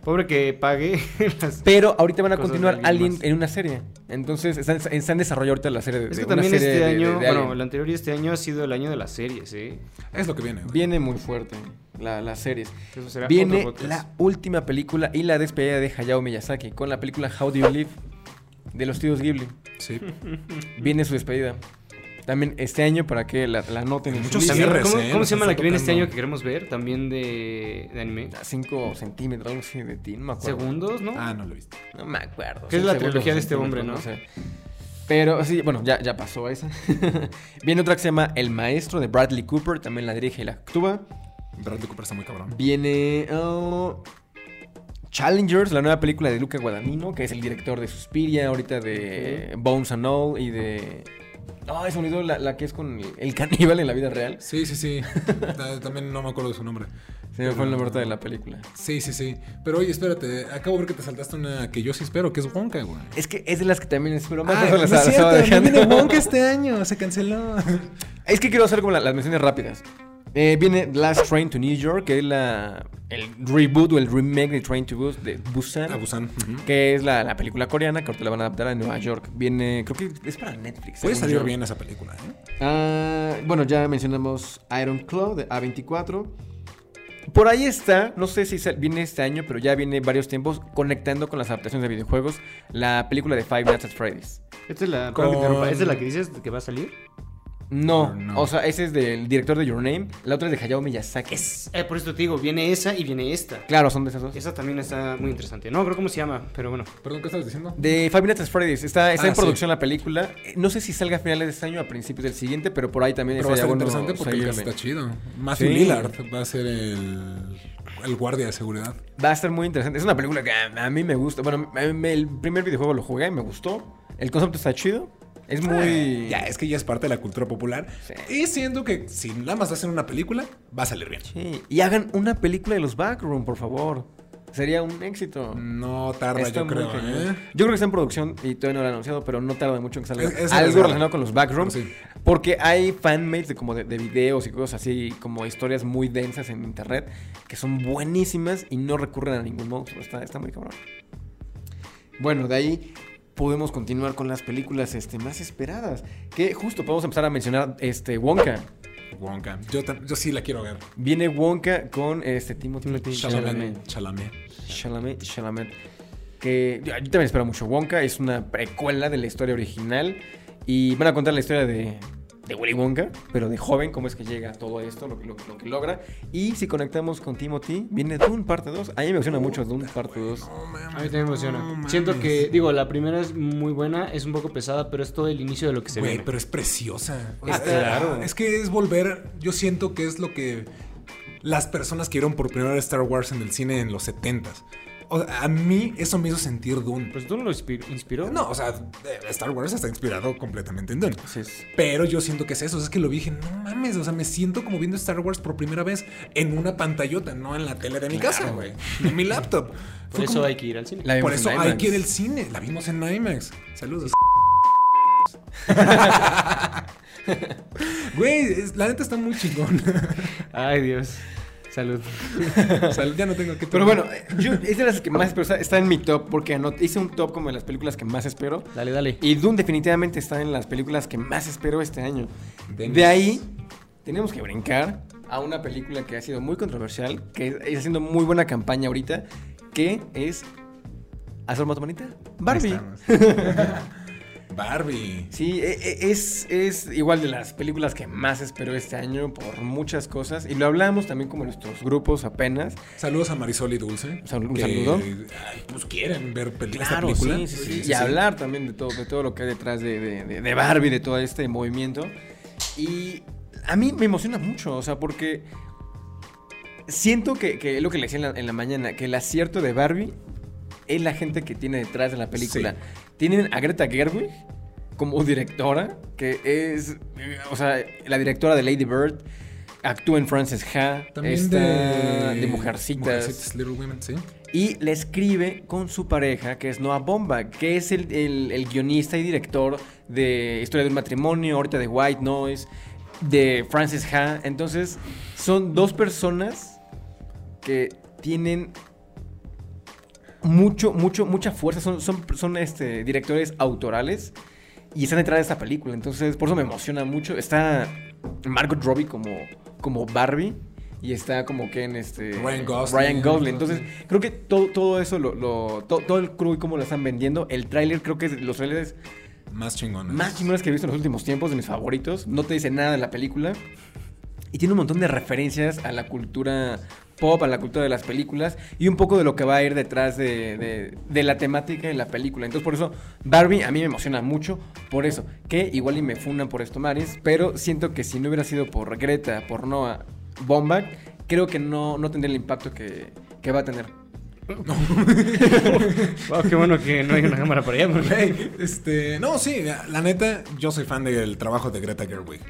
B: Pobre que pague las-
C: Pero ahorita van a
B: Cosas de
C: continuar
B: alguien
C: Alien
B: más.
C: en una serie. Entonces está, en- está en desarrollo ahorita la serie de
B: Es
C: de
B: que
C: una
B: también
C: serie
B: este
C: de- de-
B: año,
C: de
B: bueno,
C: Alien.
B: el anterior y este año ha sido el año de las series, ¿eh?
A: Es lo que viene. güey.
C: Viene muy fuerte la- las series.
B: Eso será
C: Viene
B: otro podcast.
C: la última película y la despedida de Hayao Miyazaki con la película How Do You Live de los tíos Ghibli.
A: Sí.
C: Viene su despedida. También este año para que la, la noten. en su
A: Muchos
C: lista.
B: También,
A: cierres,
B: ¿Cómo,
A: ¿eh?
B: cómo
A: Nos
B: se llama la
A: está
B: que viene este
A: tocando.
B: año que queremos ver? También de, de anime.
C: A 5 centímetros, algo así de ti, no me acuerdo.
B: Segundos, ¿no?
A: Ah, no lo viste.
C: No me acuerdo.
B: Que es
C: Sí,
B: la
C: segundos o
B: trilogía de este hombre,
C: centímetros,
B: ¿no?
C: sé. Pero sí, bueno, ya, ya pasó esa. Viene otra que se llama El Maestro de Bradley Cooper, también la dirige y la actúa.
A: Bradley Cooper está muy cabrón.
C: Viene oh, Challengers, la nueva película de Luca Guadagnino, que es el director de Suspiria, ahorita de Bones and All y de... No, es unido la, la que es con el, el caníbal en la vida real.
A: Sí, sí, sí. Ta- También no me acuerdo de su nombre.
C: Se me fue el nombre ahorita de la película.
A: Sí, sí, sí. Pero oye, espérate. Acabo de ver que te saltaste una que yo sí espero, que es Wonka, güey.
C: Es que es de las que también espero más.
A: Ah,
C: por eso
A: no
C: la
A: es
C: estaba- la
A: cierto,
C: estaba
A: no
C: dejando.
A: viene Wonka este año. Se canceló.
C: Es que quiero hacer como la- las menciones rápidas. Eh, viene Last Train to New York, que es la, el reboot o el remake de Train to Bus, de Busan.
A: A Ah, Busan. ujú.
C: Que es la, la película coreana que ahorita la van a adaptar a Nueva York. Viene, creo que es para Netflix.
A: Puede
C: según
A: salir
C: yo.
A: bien esa película, ¿eh?
C: Ah, bueno, ya mencionamos Iron Claw de A24. Por ahí está, no sé si sal- viene este año, pero ya viene varios tiempos conectando con las adaptaciones de videojuegos. La película de Five Nights at Freddy's.
B: Esta es la.
A: Con-
B: perdón que te interrumpa, ¿Esta es la que dices que va a salir?
C: No,
A: No.
C: o sea, ese es del director de Your Name. La otra es de Hayao Miyazaki.
B: Eh, por eso te digo, viene esa y viene esta.
C: Claro, son de esas dos.
B: Esa también está muy interesante. No, creo cómo se llama, pero bueno.
A: Perdón, ¿qué estabas diciendo?
C: De Five Nights at Freddy's. Está, está
A: Ah,
C: en
A: sí.
C: producción la película. Eh, No sé si salga a finales de este año o a principios del siguiente, pero por ahí también
A: Pero va a
C: estaría
A: ser
C: bueno
A: interesante porque el cast
C: seguirle.
A: está chido. Matthew
C: Sí.
A: Lillard va a ser el, el guardia de seguridad.
C: Va a estar muy interesante. Es una película que a, a mí me gusta. Bueno, me- me- el primer videojuego lo jugué y me gustó. El concepto está chido. Es muy.
A: Ah, Ya, es que ya es parte de la cultura popular. Y siento que si nada más hacen una película, va a salir bien.
C: Sí. Y hagan una película de los Backroom, por favor. Sería un éxito.
A: No tarda,
C: Está
A: yo
C: muy
A: creo,
C: cañón.
A: ¿eh?
C: Yo creo que está en producción y todavía no lo han anunciado, pero no tarda mucho en que salga
A: Es- es
C: algo
A: arriesgado.
C: relacionado con los backrooms.
A: Pero sí.
C: Porque hay fanmates de como de, de videos y cosas así, como historias muy densas en internet, que son buenísimas y no recurren a ningún monstruo. Está, está muy cabrón. Bueno, de ahí podemos continuar con las películas este, más esperadas. Que justo podemos empezar a mencionar este, Wonka.
A: ¿eh? Wonka. Yo, tam- yo sí la quiero ver.
C: Viene Wonka con este Timothy,
B: Timothée
A: Chalamet. Chalamet.
C: Chalamet, Chalamet. Que yo, yo también espero mucho Wonka. Es una precuela de la historia original. Y van a contar la historia de, de Willy Wonka, pero de joven, cómo es que llega a todo esto, lo, que- lo- lo que logra. Y si conectamos con Timothy, viene Dune parte 2. A mí me emociona mucho Dune parte 2.
A: No mames,
B: A mí también me emociona.
A: no mames.
B: Siento que, digo, la primera es muy buena, es un poco pesada, pero es todo el inicio de lo que se
A: Güey,
B: viene.
A: pero es preciosa.
C: Ah,
A: Es-
C: claro.
A: Es que es volver. Yo siento que es lo que las personas que vieron por primera vez Star Wars en el cine en los 70s. O sea, a mí eso me hizo sentir Dune.
B: Pues tú no lo inspir- inspiró.
A: No, o sea, eh, Star Wars está inspirado completamente en Dune.
C: Entonces,
A: Pero yo siento que es eso. O sea, es que lo vi y dije, no mames. O sea, me siento como viendo Star Wars por primera vez en una pantallota, no en la tele de mi casa, güey. En mi laptop.
B: Por
A: Fue
B: eso
A: como-
B: hay que ir al cine.
C: la vemos
A: por
C: en
A: eso hay
C: IMAX.
A: que ir al cine. La vimos en IMAX. Saludos. Güey, es- la neta está muy chingón.
B: Ay, Dios. Salud.
A: O sea, ya no tengo que
C: Pero bueno, eh, yo, es de las que más espero. o sea, Está en mi top, porque anot- hice un top como de las películas que más espero.
B: Dale, dale.
C: Y Dune definitivamente está en las películas que más espero este año.
A: Vemos.
C: De ahí tenemos que brincar a una película que ha sido muy controversial, que está haciendo muy buena campaña ahorita, que es ¿Hacer manita? Barbie.
A: Ahí estamos. Barbie.
C: Sí, e- e- es, es igual de las películas que más espero este año por muchas cosas. Y lo hablamos también como en nuestros grupos apenas.
A: Saludos a Marisol y Dulce.
C: Sal- un
A: que,
C: saludo.
A: ay, pues quieren ver pel- esta película.
C: sí, sí, sí. Y hablar también de todo, de todo lo que hay detrás de, de- de- de Barbie, de todo este movimiento. Y a mí me emociona mucho, o sea, porque siento que, que es lo que le decía en la, en la mañana, que el acierto de Barbie es la gente que tiene detrás de la película.
A: Sí.
C: Tienen a Greta Gerwig como directora, que es, eh, o sea, la directora de Lady Bird. Actúa en Frances Ha,
A: También
C: está
A: de,
C: de, Mujercitas.
A: Mujercitas, Little Women, sí.
C: Y la escribe con su pareja, que es Noah Bomba, que es el, el- el guionista y director de Historia de un matrimonio, ahorita de White Noise, de Frances Ha. Entonces, son dos personas que tienen mucho, mucho, mucha fuerza. Son, son, son, este, directores autorales y están detrás de esta película. Entonces, por eso me emociona mucho. Está Margot Robbie como, como Barbie. Y está como que en este...
A: Ryan Gosling.
C: Ryan Gosling. Entonces, creo que todo, todo eso, lo, lo- to- todo el crew y cómo lo están vendiendo. El tráiler creo que es de los trailers
A: Más chingones.
C: más chingones que he visto en los últimos tiempos, de mis favoritos. No te dice nada de la película. Y tiene un montón de referencias a la cultura pop, a la cultura de las películas y un poco de lo que va a ir detrás de, de- de la temática de la película. Entonces, por eso, Barbie a mí me emociona mucho. Por eso, que igual y me funan por esto, Maris, pero siento que si no hubiera sido por Greta, por Noah Bombach, creo que no, no tendría el impacto que, que va a tener.
B: Wow, qué bueno que no hay una cámara para allá. porque-
A: Güey, este, no, sí, la neta, yo soy fan del trabajo de Greta Gerwig.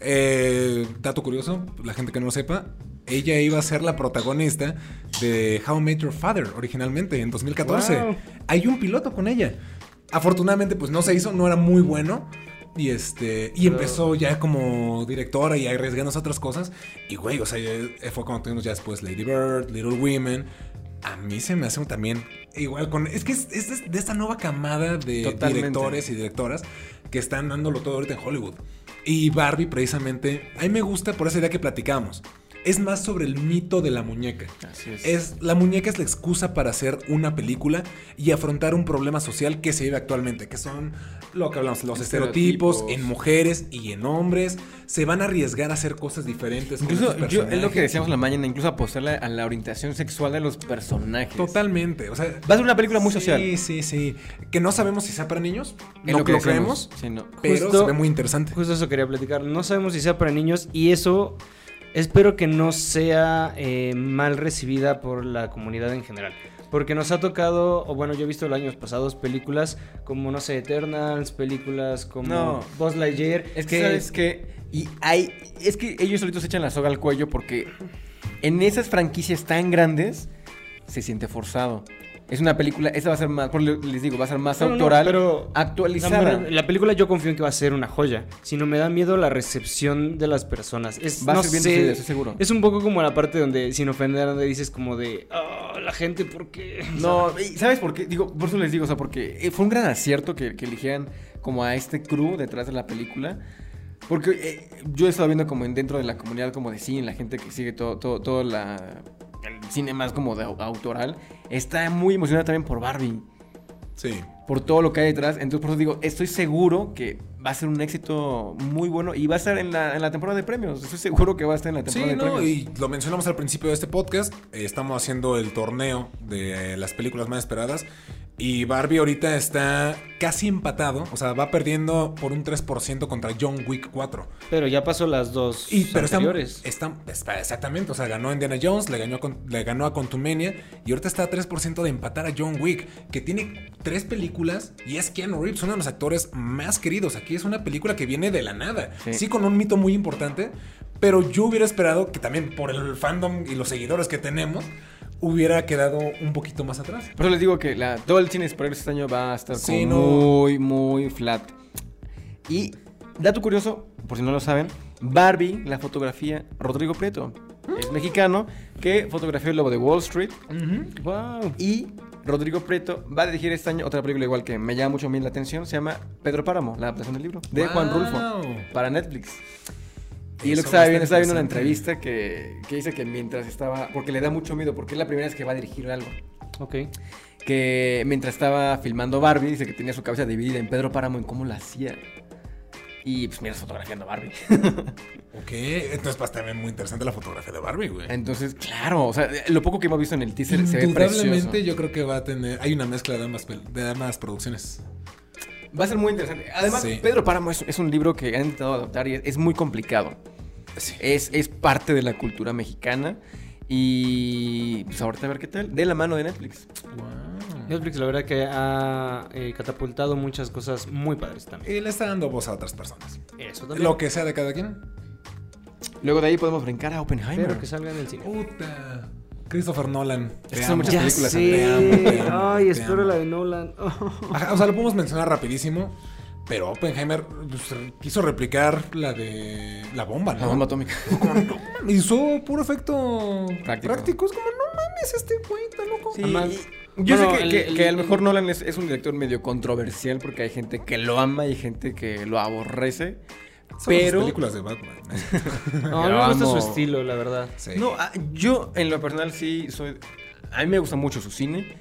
A: Eh, dato curioso, la gente que no lo sepa, ella iba a ser la protagonista de How I Met Your Father originalmente en 2014.
B: Wow.
A: Hay un piloto con ella. Afortunadamente, pues no se hizo, no era muy bueno. Y este, y
B: Pero-
A: empezó ya como directora y arriesgándose a otras cosas. Y güey, o sea, eh, fue cuando tuvimos ya después Lady Bird, Little Women. A mí se me hace un también igual con. Es que es, es de- de esta nueva camada de
C: Totalmente.
A: directores y directoras que están dándolo todo ahorita en Hollywood. Y Barbie, precisamente, a mí me gusta por esa idea que platicamos. Es más sobre el mito de la muñeca.
C: Así
A: Es, la muñeca es la excusa para hacer una película y afrontar un problema social que se vive actualmente, que son lo que hablamos, los
C: Estereotipos.
A: estereotipos, en mujeres y en hombres. Se van a arriesgar a hacer cosas diferentes. con
C: Incluso,
A: estos
C: yo, es lo que
A: personajes.
C: decíamos la mañana, incluso apostarle a la orientación sexual de los personajes.
A: Totalmente. O sea,
C: Va a ser una película muy
A: sí,
C: social.
A: Sí, sí, Que no sabemos si sea para niños.
C: Es
A: No lo,
C: decíamos.
A: creemos.
C: Sí, no.
A: Pero
B: Justo-
A: se ve muy interesante.
B: Justo eso quería platicar. No sabemos si sea para niños y eso espero que no sea eh, mal recibida por la comunidad en general. Porque nos ha tocado, o bueno, yo he visto los años pasados películas como, no sé, Eternals, películas como
C: No.
B: Buzz Lightyear.
C: Es que, ¿sabes qué? Y hay. Es que ellos solitos se echan la soga al cuello porque en esas franquicias tan grandes se siente forzado. Es una película, esa va a ser más, por lo- les digo, va a ser más
B: No, no, no,
C: autoral,
B: pero-
C: actualizada.
B: La, la película yo confío en que va a ser una joya, sino me da miedo la recepción de las personas. Es,
C: va a
B: no
C: ser bien
B: sé,
C: recibida, estoy seguro.
B: es un poco como la parte donde, sin ofender, donde dices como de, "Ah, la gente, ¿por qué?
C: No, y ¿sabes por qué? Digo, por eso les digo, o sea, porque eh, fue un gran acierto que, que eligieran como a este crew detrás de la película. Porque eh, yo he estado viendo como en dentro de la comunidad como de cine, la gente que sigue todo, todo, todo la, el cine más como de au- autoral, está muy emocionada también por Barbie,
A: Sí.
C: por todo lo que hay detrás. Entonces por eso digo, estoy seguro que va a ser un éxito muy bueno y va a estar en la, en la temporada de premios. Estoy seguro que va a estar en la temporada
A: Sí,
C: de
A: no,
C: premios.
A: y lo mencionamos al principio de este podcast. eh, estamos haciendo el torneo de eh, las películas más esperadas. Y Barbie ahorita está casi empatado. O sea, va perdiendo por un 3% contra John Wick 4.
B: Pero ya pasó las dos
A: Y, pero está,
B: anteriores.
A: está- está- exactamente, o sea, ganó a Indiana Jones, le ganó, a Con- le ganó a Contumania y ahorita está a 3% de empatar a John Wick, que tiene tres películas y es Keanu Reeves, uno de los actores más queridos. Aquí es una película que viene de la nada, sí,
C: Sí.
A: con un mito muy importante, pero yo hubiera esperado que también por el fandom y los seguidores que tenemos hubiera quedado un poquito más atrás.
C: Por eso les digo que la, todo el cine superhéroe este año va a estar
A: Sí,
C: como
A: no.
C: muy, muy flat. Y, dato curioso, por si no lo saben, Barbie, la fotografía, Rodrigo Prieto, es
A: Mm.
C: mexicano, que fotografió el lobo de Wall Street.
B: Wow.
C: Y Rodrigo Prieto va a dirigir este año otra película igual que me llama mucho a mí la atención, se llama Pedro Páramo, la adaptación del libro, de Juan Rulfo, para Netflix. Y
A: Eso
C: lo que estaba
A: va a
C: viendo,
A: estar
C: estaba viendo una
A: interesante.
C: entrevista que, que dice que mientras estaba, porque le da mucho miedo, porque es la primera vez que va a dirigir algo
B: Ok.
C: que mientras estaba filmando Barbie, dice que tenía su cabeza dividida en Pedro Páramo en cómo la hacía. Y pues miras fotografiando a Barbie.
A: Ok, entonces va a estar muy interesante la fotografía de Barbie, güey.
C: Entonces, claro, o sea, lo poco que hemos visto en el teaser se ve precioso.
A: Indudablemente yo creo que va a tener, hay una mezcla de ambas, pel- de ambas producciones.
C: Va a ser muy interesante. Además,
A: Sí.
C: Pedro Páramo es, es un libro que han intentado adaptar y es, es muy complicado. Es, es parte de la cultura mexicana. Y pues ahorita a ver qué tal. De la mano de Netflix.
B: Netflix la verdad que ha eh, catapultado muchas cosas muy padres también.
A: Y le está dando voz a otras personas.
B: Eso también.
A: Lo que sea de cada quien.
C: Luego de ahí podemos brincar a Oppenheimer.
B: Espero que salga en el cine.
A: Puta. Christopher Nolan. Te
C: Estas son
A: amo.
C: muchas películas,
A: Te amo, te amo,
B: Ay,
A: te
B: espero
A: amo.
B: la de Nolan. Oh,
A: Ajá, o sea, lo podemos mencionar rapidísimo. Pero Oppenheimer pues, quiso replicar la de la bomba, ¿no?
C: La bomba atómica.
A: Hizo puro efecto práctico.
C: Práctico.
A: Es como, no mames, este güey está loco.
C: Sí,
B: Además,
C: y- yo
B: bueno,
C: sé que,
B: el-
C: que-
B: el-
C: que a lo mejor Nolan es, es un director medio controversial porque hay gente que lo ama y gente que lo aborrece.
A: Son
C: Pero.
A: las películas de Batman.
B: No, no me gusta su
C: Amo.
B: estilo, la verdad.
A: Sí.
C: No, ah, yo en lo personal sí soy. A mí me gusta mucho su cine.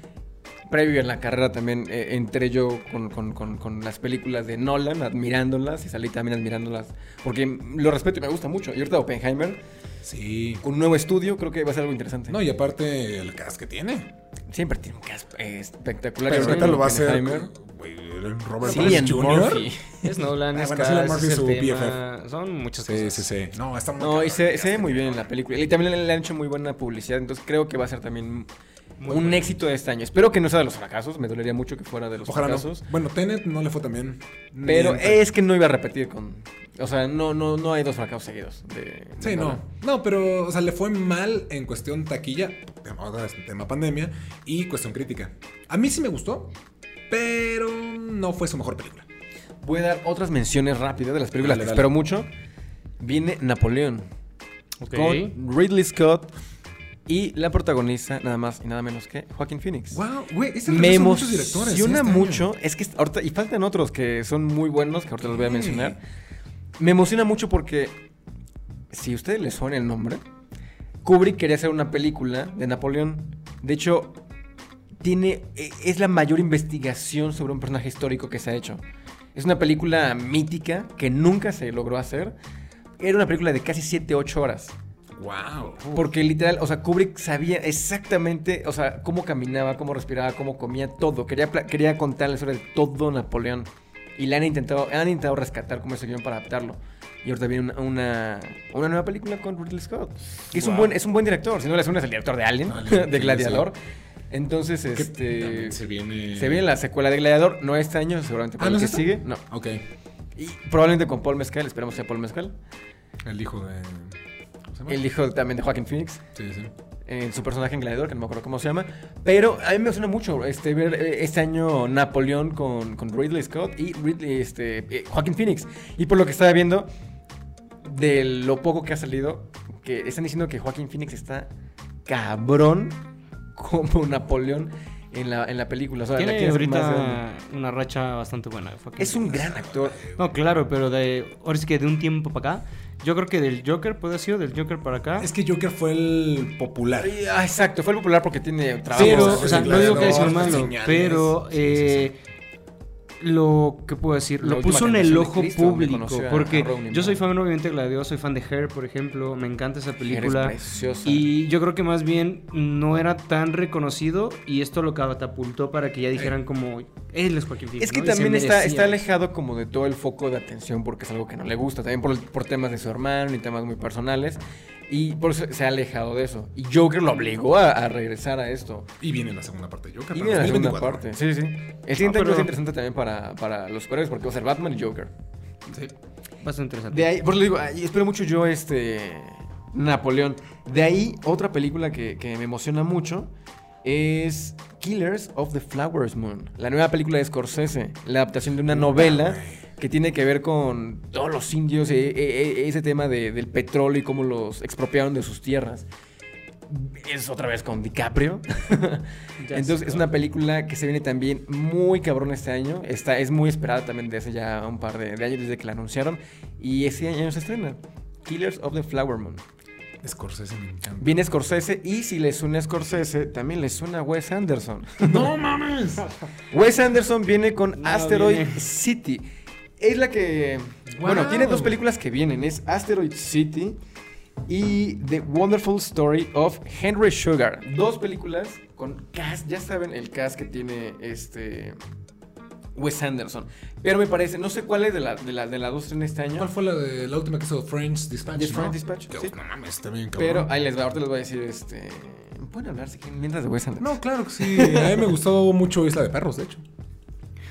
C: Previo en la carrera también eh, entré yo con, con- con- con las películas de Nolan, admirándolas y salí también admirándolas. Porque lo respeto y me gusta mucho. Y ahorita Oppenheimer,
A: sí.
C: con un nuevo estudio, creo que va a ser algo interesante.
A: No, y aparte el cast que tiene.
C: Siempre tiene un cast eh, espectacular.
A: Pero
C: Yo
A: ahorita
C: creo
A: lo va a
C: que
A: hacer
C: Oppenheimer-
A: güey, Robert
C: Sí,
A: Downey
C: and
A: Jr.
C: Murphy.
B: Es Nolan,
A: Ah,
B: es
A: bueno, Cillian
B: Cats,
A: Murphy
B: es
A: es su
B: el tema. Son muchas
A: Sí,
B: cosas.
A: sí, sí. No, está muy
C: No, y
A: cabrón,
C: se,
A: ya
C: se ve
A: está.
C: muy bien en la película. Y también le, le han hecho muy buena publicidad. Entonces creo que va a ser también un éxito de este año. Espero que no sea de los fracasos. Me dolería mucho que fuera de los
A: Ojalá no.
C: fracasos.
A: Bueno, Tenet no le fue tan bien.
C: Pero
A: Ni en-
C: es que no iba a repetir con. O sea, no, no, no hay dos fracasos seguidos. De, de
A: Sí, no.
C: Nolan.
A: No, pero, o sea, le fue mal en cuestión taquilla, tema, otra vez, tema pandemia, y cuestión crítica. A mí sí me gustó, pero no fue su mejor película.
C: Voy a dar otras menciones rápidas de las películas
A: Dale,
C: que
A: dale.
C: espero mucho. Viene Napoleón
B: Ok.
C: con Ridley Scott y la protagoniza nada más y nada menos que Joaquín Phoenix.
A: Wow, güey, este
C: Me
A: regreso a muchos directores.
C: emociona
A: este año.
C: mucho. Es que ahorita, y faltan otros que son muy buenos, que ahorita los voy a
A: Sí.
C: mencionar. Me emociona mucho porque, si a ustedes les suena el nombre, Kubrick quería hacer una película de Napoleón. De hecho, tiene, e- es la mayor investigación sobre un personaje histórico que se ha hecho. Es una película mítica que nunca se logró hacer. Era una película de casi 7-8 horas.
A: Wow.
C: Porque literal, o sea, Kubrick sabía exactamente, o sea, cómo caminaba, cómo respiraba, cómo comía, todo. Quería, pla- quería contar la historia de todo Napoleón. Y le han intentado, han intentado rescatar como ese guión para adaptarlo. Y ahorita viene una, una, una nueva película con Ridley Scott. Que es, un
A: Wow.
C: buen, es un buen director. Si no le suena, es el director de Alien,
A: Alien,
C: de
A: sí,
C: Gladiador. Entonces,
A: Que
C: este.
A: también se viene.
C: Se viene la secuela de Gladiador, no este año, seguramente para
A: Ah, ¿no
C: el
A: es esta?
C: que sigue. No.
A: Ok.
C: Y probablemente con Paul Mezcal, esperemos que sea Paul Mezcal.
A: El hijo de. ¿cómo se llama?
C: El hijo también de Joaquin Phoenix.
A: Sí, sí.
C: en su personaje en Gladiador, que no me acuerdo cómo se llama. Pero a mí me emociona mucho este, ver eh, este año Napoleón con, con Ridley Scott y Ridley, este, eh, Joaquin Phoenix. Y por lo que estaba viendo, de lo poco que ha salido, que están diciendo que Joaquin Phoenix está cabrón como Napoleón. en la, en la película. O sea, la
B: Tiene
C: quieres más grande.
B: ahorita una racha bastante buena. Joaquin
C: Es un gran actor.
B: No, claro, pero de ahora sí que de un tiempo para acá. Yo creo que del Joker puede haber sido del Joker para acá.
A: Es que Joker fue el popular.
C: Ah, exacto, fue el popular porque tiene trabajo.
B: pero,
A: vamos,
B: o sea,
A: Ah, sí,
B: no digo que es
A: claro,
B: un malo,
A: señales,
B: pero
A: sí, sí, sí.
B: eh, lo que puedo decir,
C: La
B: lo
C: última
B: puso en
C: tentación
B: el
C: de
B: ojo
C: Cristo, donde
B: público,
C: conoció a
B: porque
C: Rooney
B: yo soy
C: Mara.
B: fan obviamente de Gladiador, soy fan de Hair, por ejemplo, me encanta esa película.
C: Eres preciosa.
B: Y yo creo que más bien no era tan reconocido y esto lo catapultó para que ya dijeran como, él es Joaquín Phoenix",
C: Es que
B: ¿no? Y se
C: también está,
B: merecía
C: está
B: eso.
C: alejado como de todo el foco de atención porque es algo que no le gusta, también por, por temas de su hermano y temas muy personales. Y por eso se ha alejado de eso. Y Joker lo obligó a, a regresar a esto.
A: Y viene la segunda parte de Joker.
C: Y
A: para
C: viene la segunda
A: 2024.
C: parte. Sí, sí. El siguiente
B: pero-
C: año es interesante también para, para los superhéroes porque va a ser Batman y Joker.
A: Sí.
B: Bastante interesante.
C: De ahí, por eso le digo, ay, espero mucho yo este Napoleón. De ahí, otra película que, que me emociona mucho es Killers of the Flowers Moon, la nueva película de Scorsese, la adaptación de una novela que tiene que ver con todos los indios, e- e- e- ese tema de- del petróleo y cómo los expropiaron de sus tierras. Es otra vez con DiCaprio.
B: Ya
C: Entonces
B: sé.
C: es una película que se viene también muy cabrón este año. Está, es muy esperada también desde ya un par de, de años, desde que la anunciaron. Y ese año se estrena. Killers of the Flower Moon.
A: Scorsese me encanta.
C: Viene Scorsese y si les suena Scorsese, también les suena Wes Anderson.
A: ¡No mames!
C: Wes Anderson viene con
B: No,
C: Asteroid
B: viene.
C: City. Es la que...
A: Wow.
C: Bueno, tiene dos películas que vienen. Es Asteroid City y The Wonderful Story of Henry Sugar. Dos películas con cast. Ya saben el cast que tiene este... Wes Anderson. Pero me parece, no sé cuál es de, la, de, la- de las dos en este año.
A: ¿Cuál fue la, de, la última que hizo? French Dispatch.
C: The
A: ¿no?
C: French Dispatch,
A: Que,
C: sí.
A: No mames, está bien
C: Pero
A: cabrón.
C: ahí les va, ahorita les voy a decir este... Pueden hablar si quieren, mientras de Wes Anderson.
A: No, claro que sí. A mí me gustó mucho Isla de Perros, de hecho.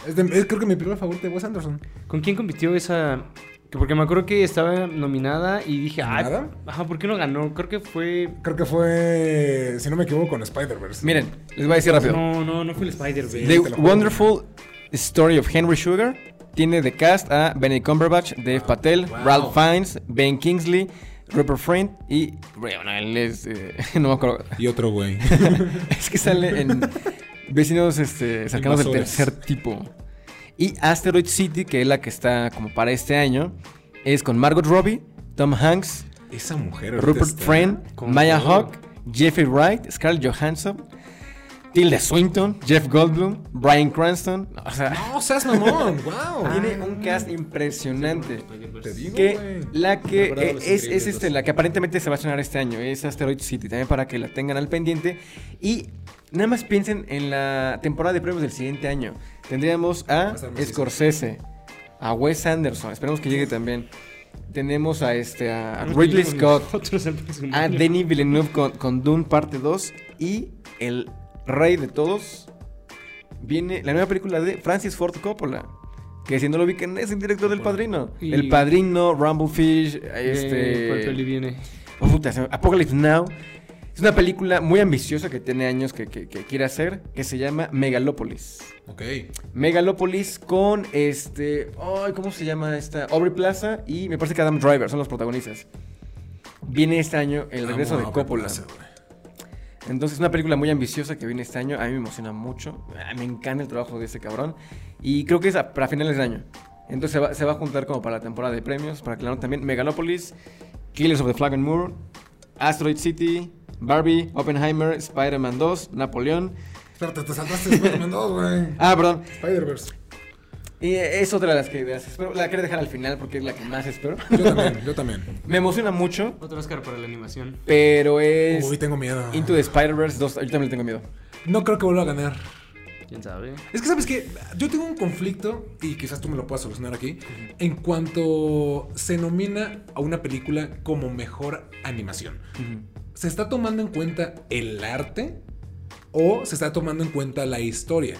A: Es, de- es creo que mi primer favorito de Wes Anderson.
B: ¿Con quién compitió esa? Que Porque me acuerdo que estaba nominada y dije, "Ay,
A: ¿Nominada?
B: ajá, ¿por qué no ganó? Creo que fue.
A: Creo que fue, si no me equivoco, con Spider-Verse.
C: Miren, les voy a decir rápido.
B: No, no, no fue el Spider-Man.
A: Sí.
C: The
A: te lo juro.
C: Wonderful Story of Henry Sugar tiene de cast a Benedict Cumberbatch, Dave
A: Wow.
C: Patel,
A: Ah, Wow.
C: Ralph Fiennes, Ben Kingsley, Rupert Friend y bueno, él es eh, no me acuerdo.
A: Y otro güey.
C: es que sale en vecinos este, cercanos del
A: Invasores.
C: tercer tipo. Y Asteroid City, que es la que está como para este año, es con Margot Robbie, Tom Hanks,
A: Esa mujer. ahorita
C: Rupert
A: está-
C: Friend,
B: con
C: Maya
B: todo.
C: Hawk, Jeffrey Wright, Scarlett Johansson, Tilda Swinton, Jeff Goldblum, Brian Cranston. O sea,
A: No, seas mamón. wow.
C: tiene un cast impresionante.
B: pues,
A: Te digo,
C: Pues Que
A: güey.
C: la
A: La
C: que
A: verdad,
C: eh,
A: los
C: es,
A: increíbles
C: es este,
A: dos.
C: la que aparentemente se va a estrenar este año, es Asteroid City, también para que la tengan al pendiente. Y nada más piensen en la temporada de premios del siguiente año. Tendríamos
A: Va a
C: a
A: estar macizo.
C: Scorsese, a Wes Anderson, esperemos que llegue también. Tenemos a, este, a
B: No
C: Ridley
B: llegaron
C: Scott,
B: nosotros al próximo
C: a
B: año.
C: Ah, Denis Villeneuve con, con Dune parte 2 y el rey de todos viene la nueva película de Francis Ford Coppola. Que si no lo ubican es el director del Padrino.
B: Y-
C: El Padrino, Rumblefish,
B: Eh, ¿Cuál peli
C: este...
B: viene?
C: Oh, puta, se me- Apocalypse Now. Es una película muy ambiciosa que tiene años que, que- que quiere hacer, que se llama Megalópolis.
A: Ok.
C: Megalópolis con este. Ay, ¿cómo se llama esta? Aubrey Plaza y me parece que Adam Driver son los protagonistas. Viene este año el regreso
A: Amo
C: de
A: a
C: Coppola.
A: Plaza, güey.
C: Entonces, una película muy ambiciosa que viene este año. A mí me emociona mucho. Ah, Me encanta el trabajo de ese cabrón. Y creo que es a- para finales de año. Entonces, se va, se va a juntar como para la temporada de premios. Para aclarar también Megalópolis, Killers of the Flag and Moor, Asteroid City, Barbie, Oppenheimer, Spider-Man 2, Napoleón.
A: Espérate, te saltaste Spider-Man 2, güey.
C: Ah, perdón.
A: Spider-Verse.
C: Y es otra de las que de las espero. La quiero dejar al final porque es la que más espero.
A: Yo también, yo también.
C: Me emociona mucho,
B: Otro Oscar para la animación.
C: pero es
A: Uy, tengo miedo.
C: Into the Spider-Verse 2. Yo también le tengo miedo.
A: No creo que vuelva a ganar.
B: ¿Quién sabe?
A: Es que sabes que yo tengo un conflicto y quizás tú me lo puedas solucionar aquí. En cuanto se nomina a una película como mejor animación, ¿se está tomando en cuenta el arte o se está tomando en cuenta la historia?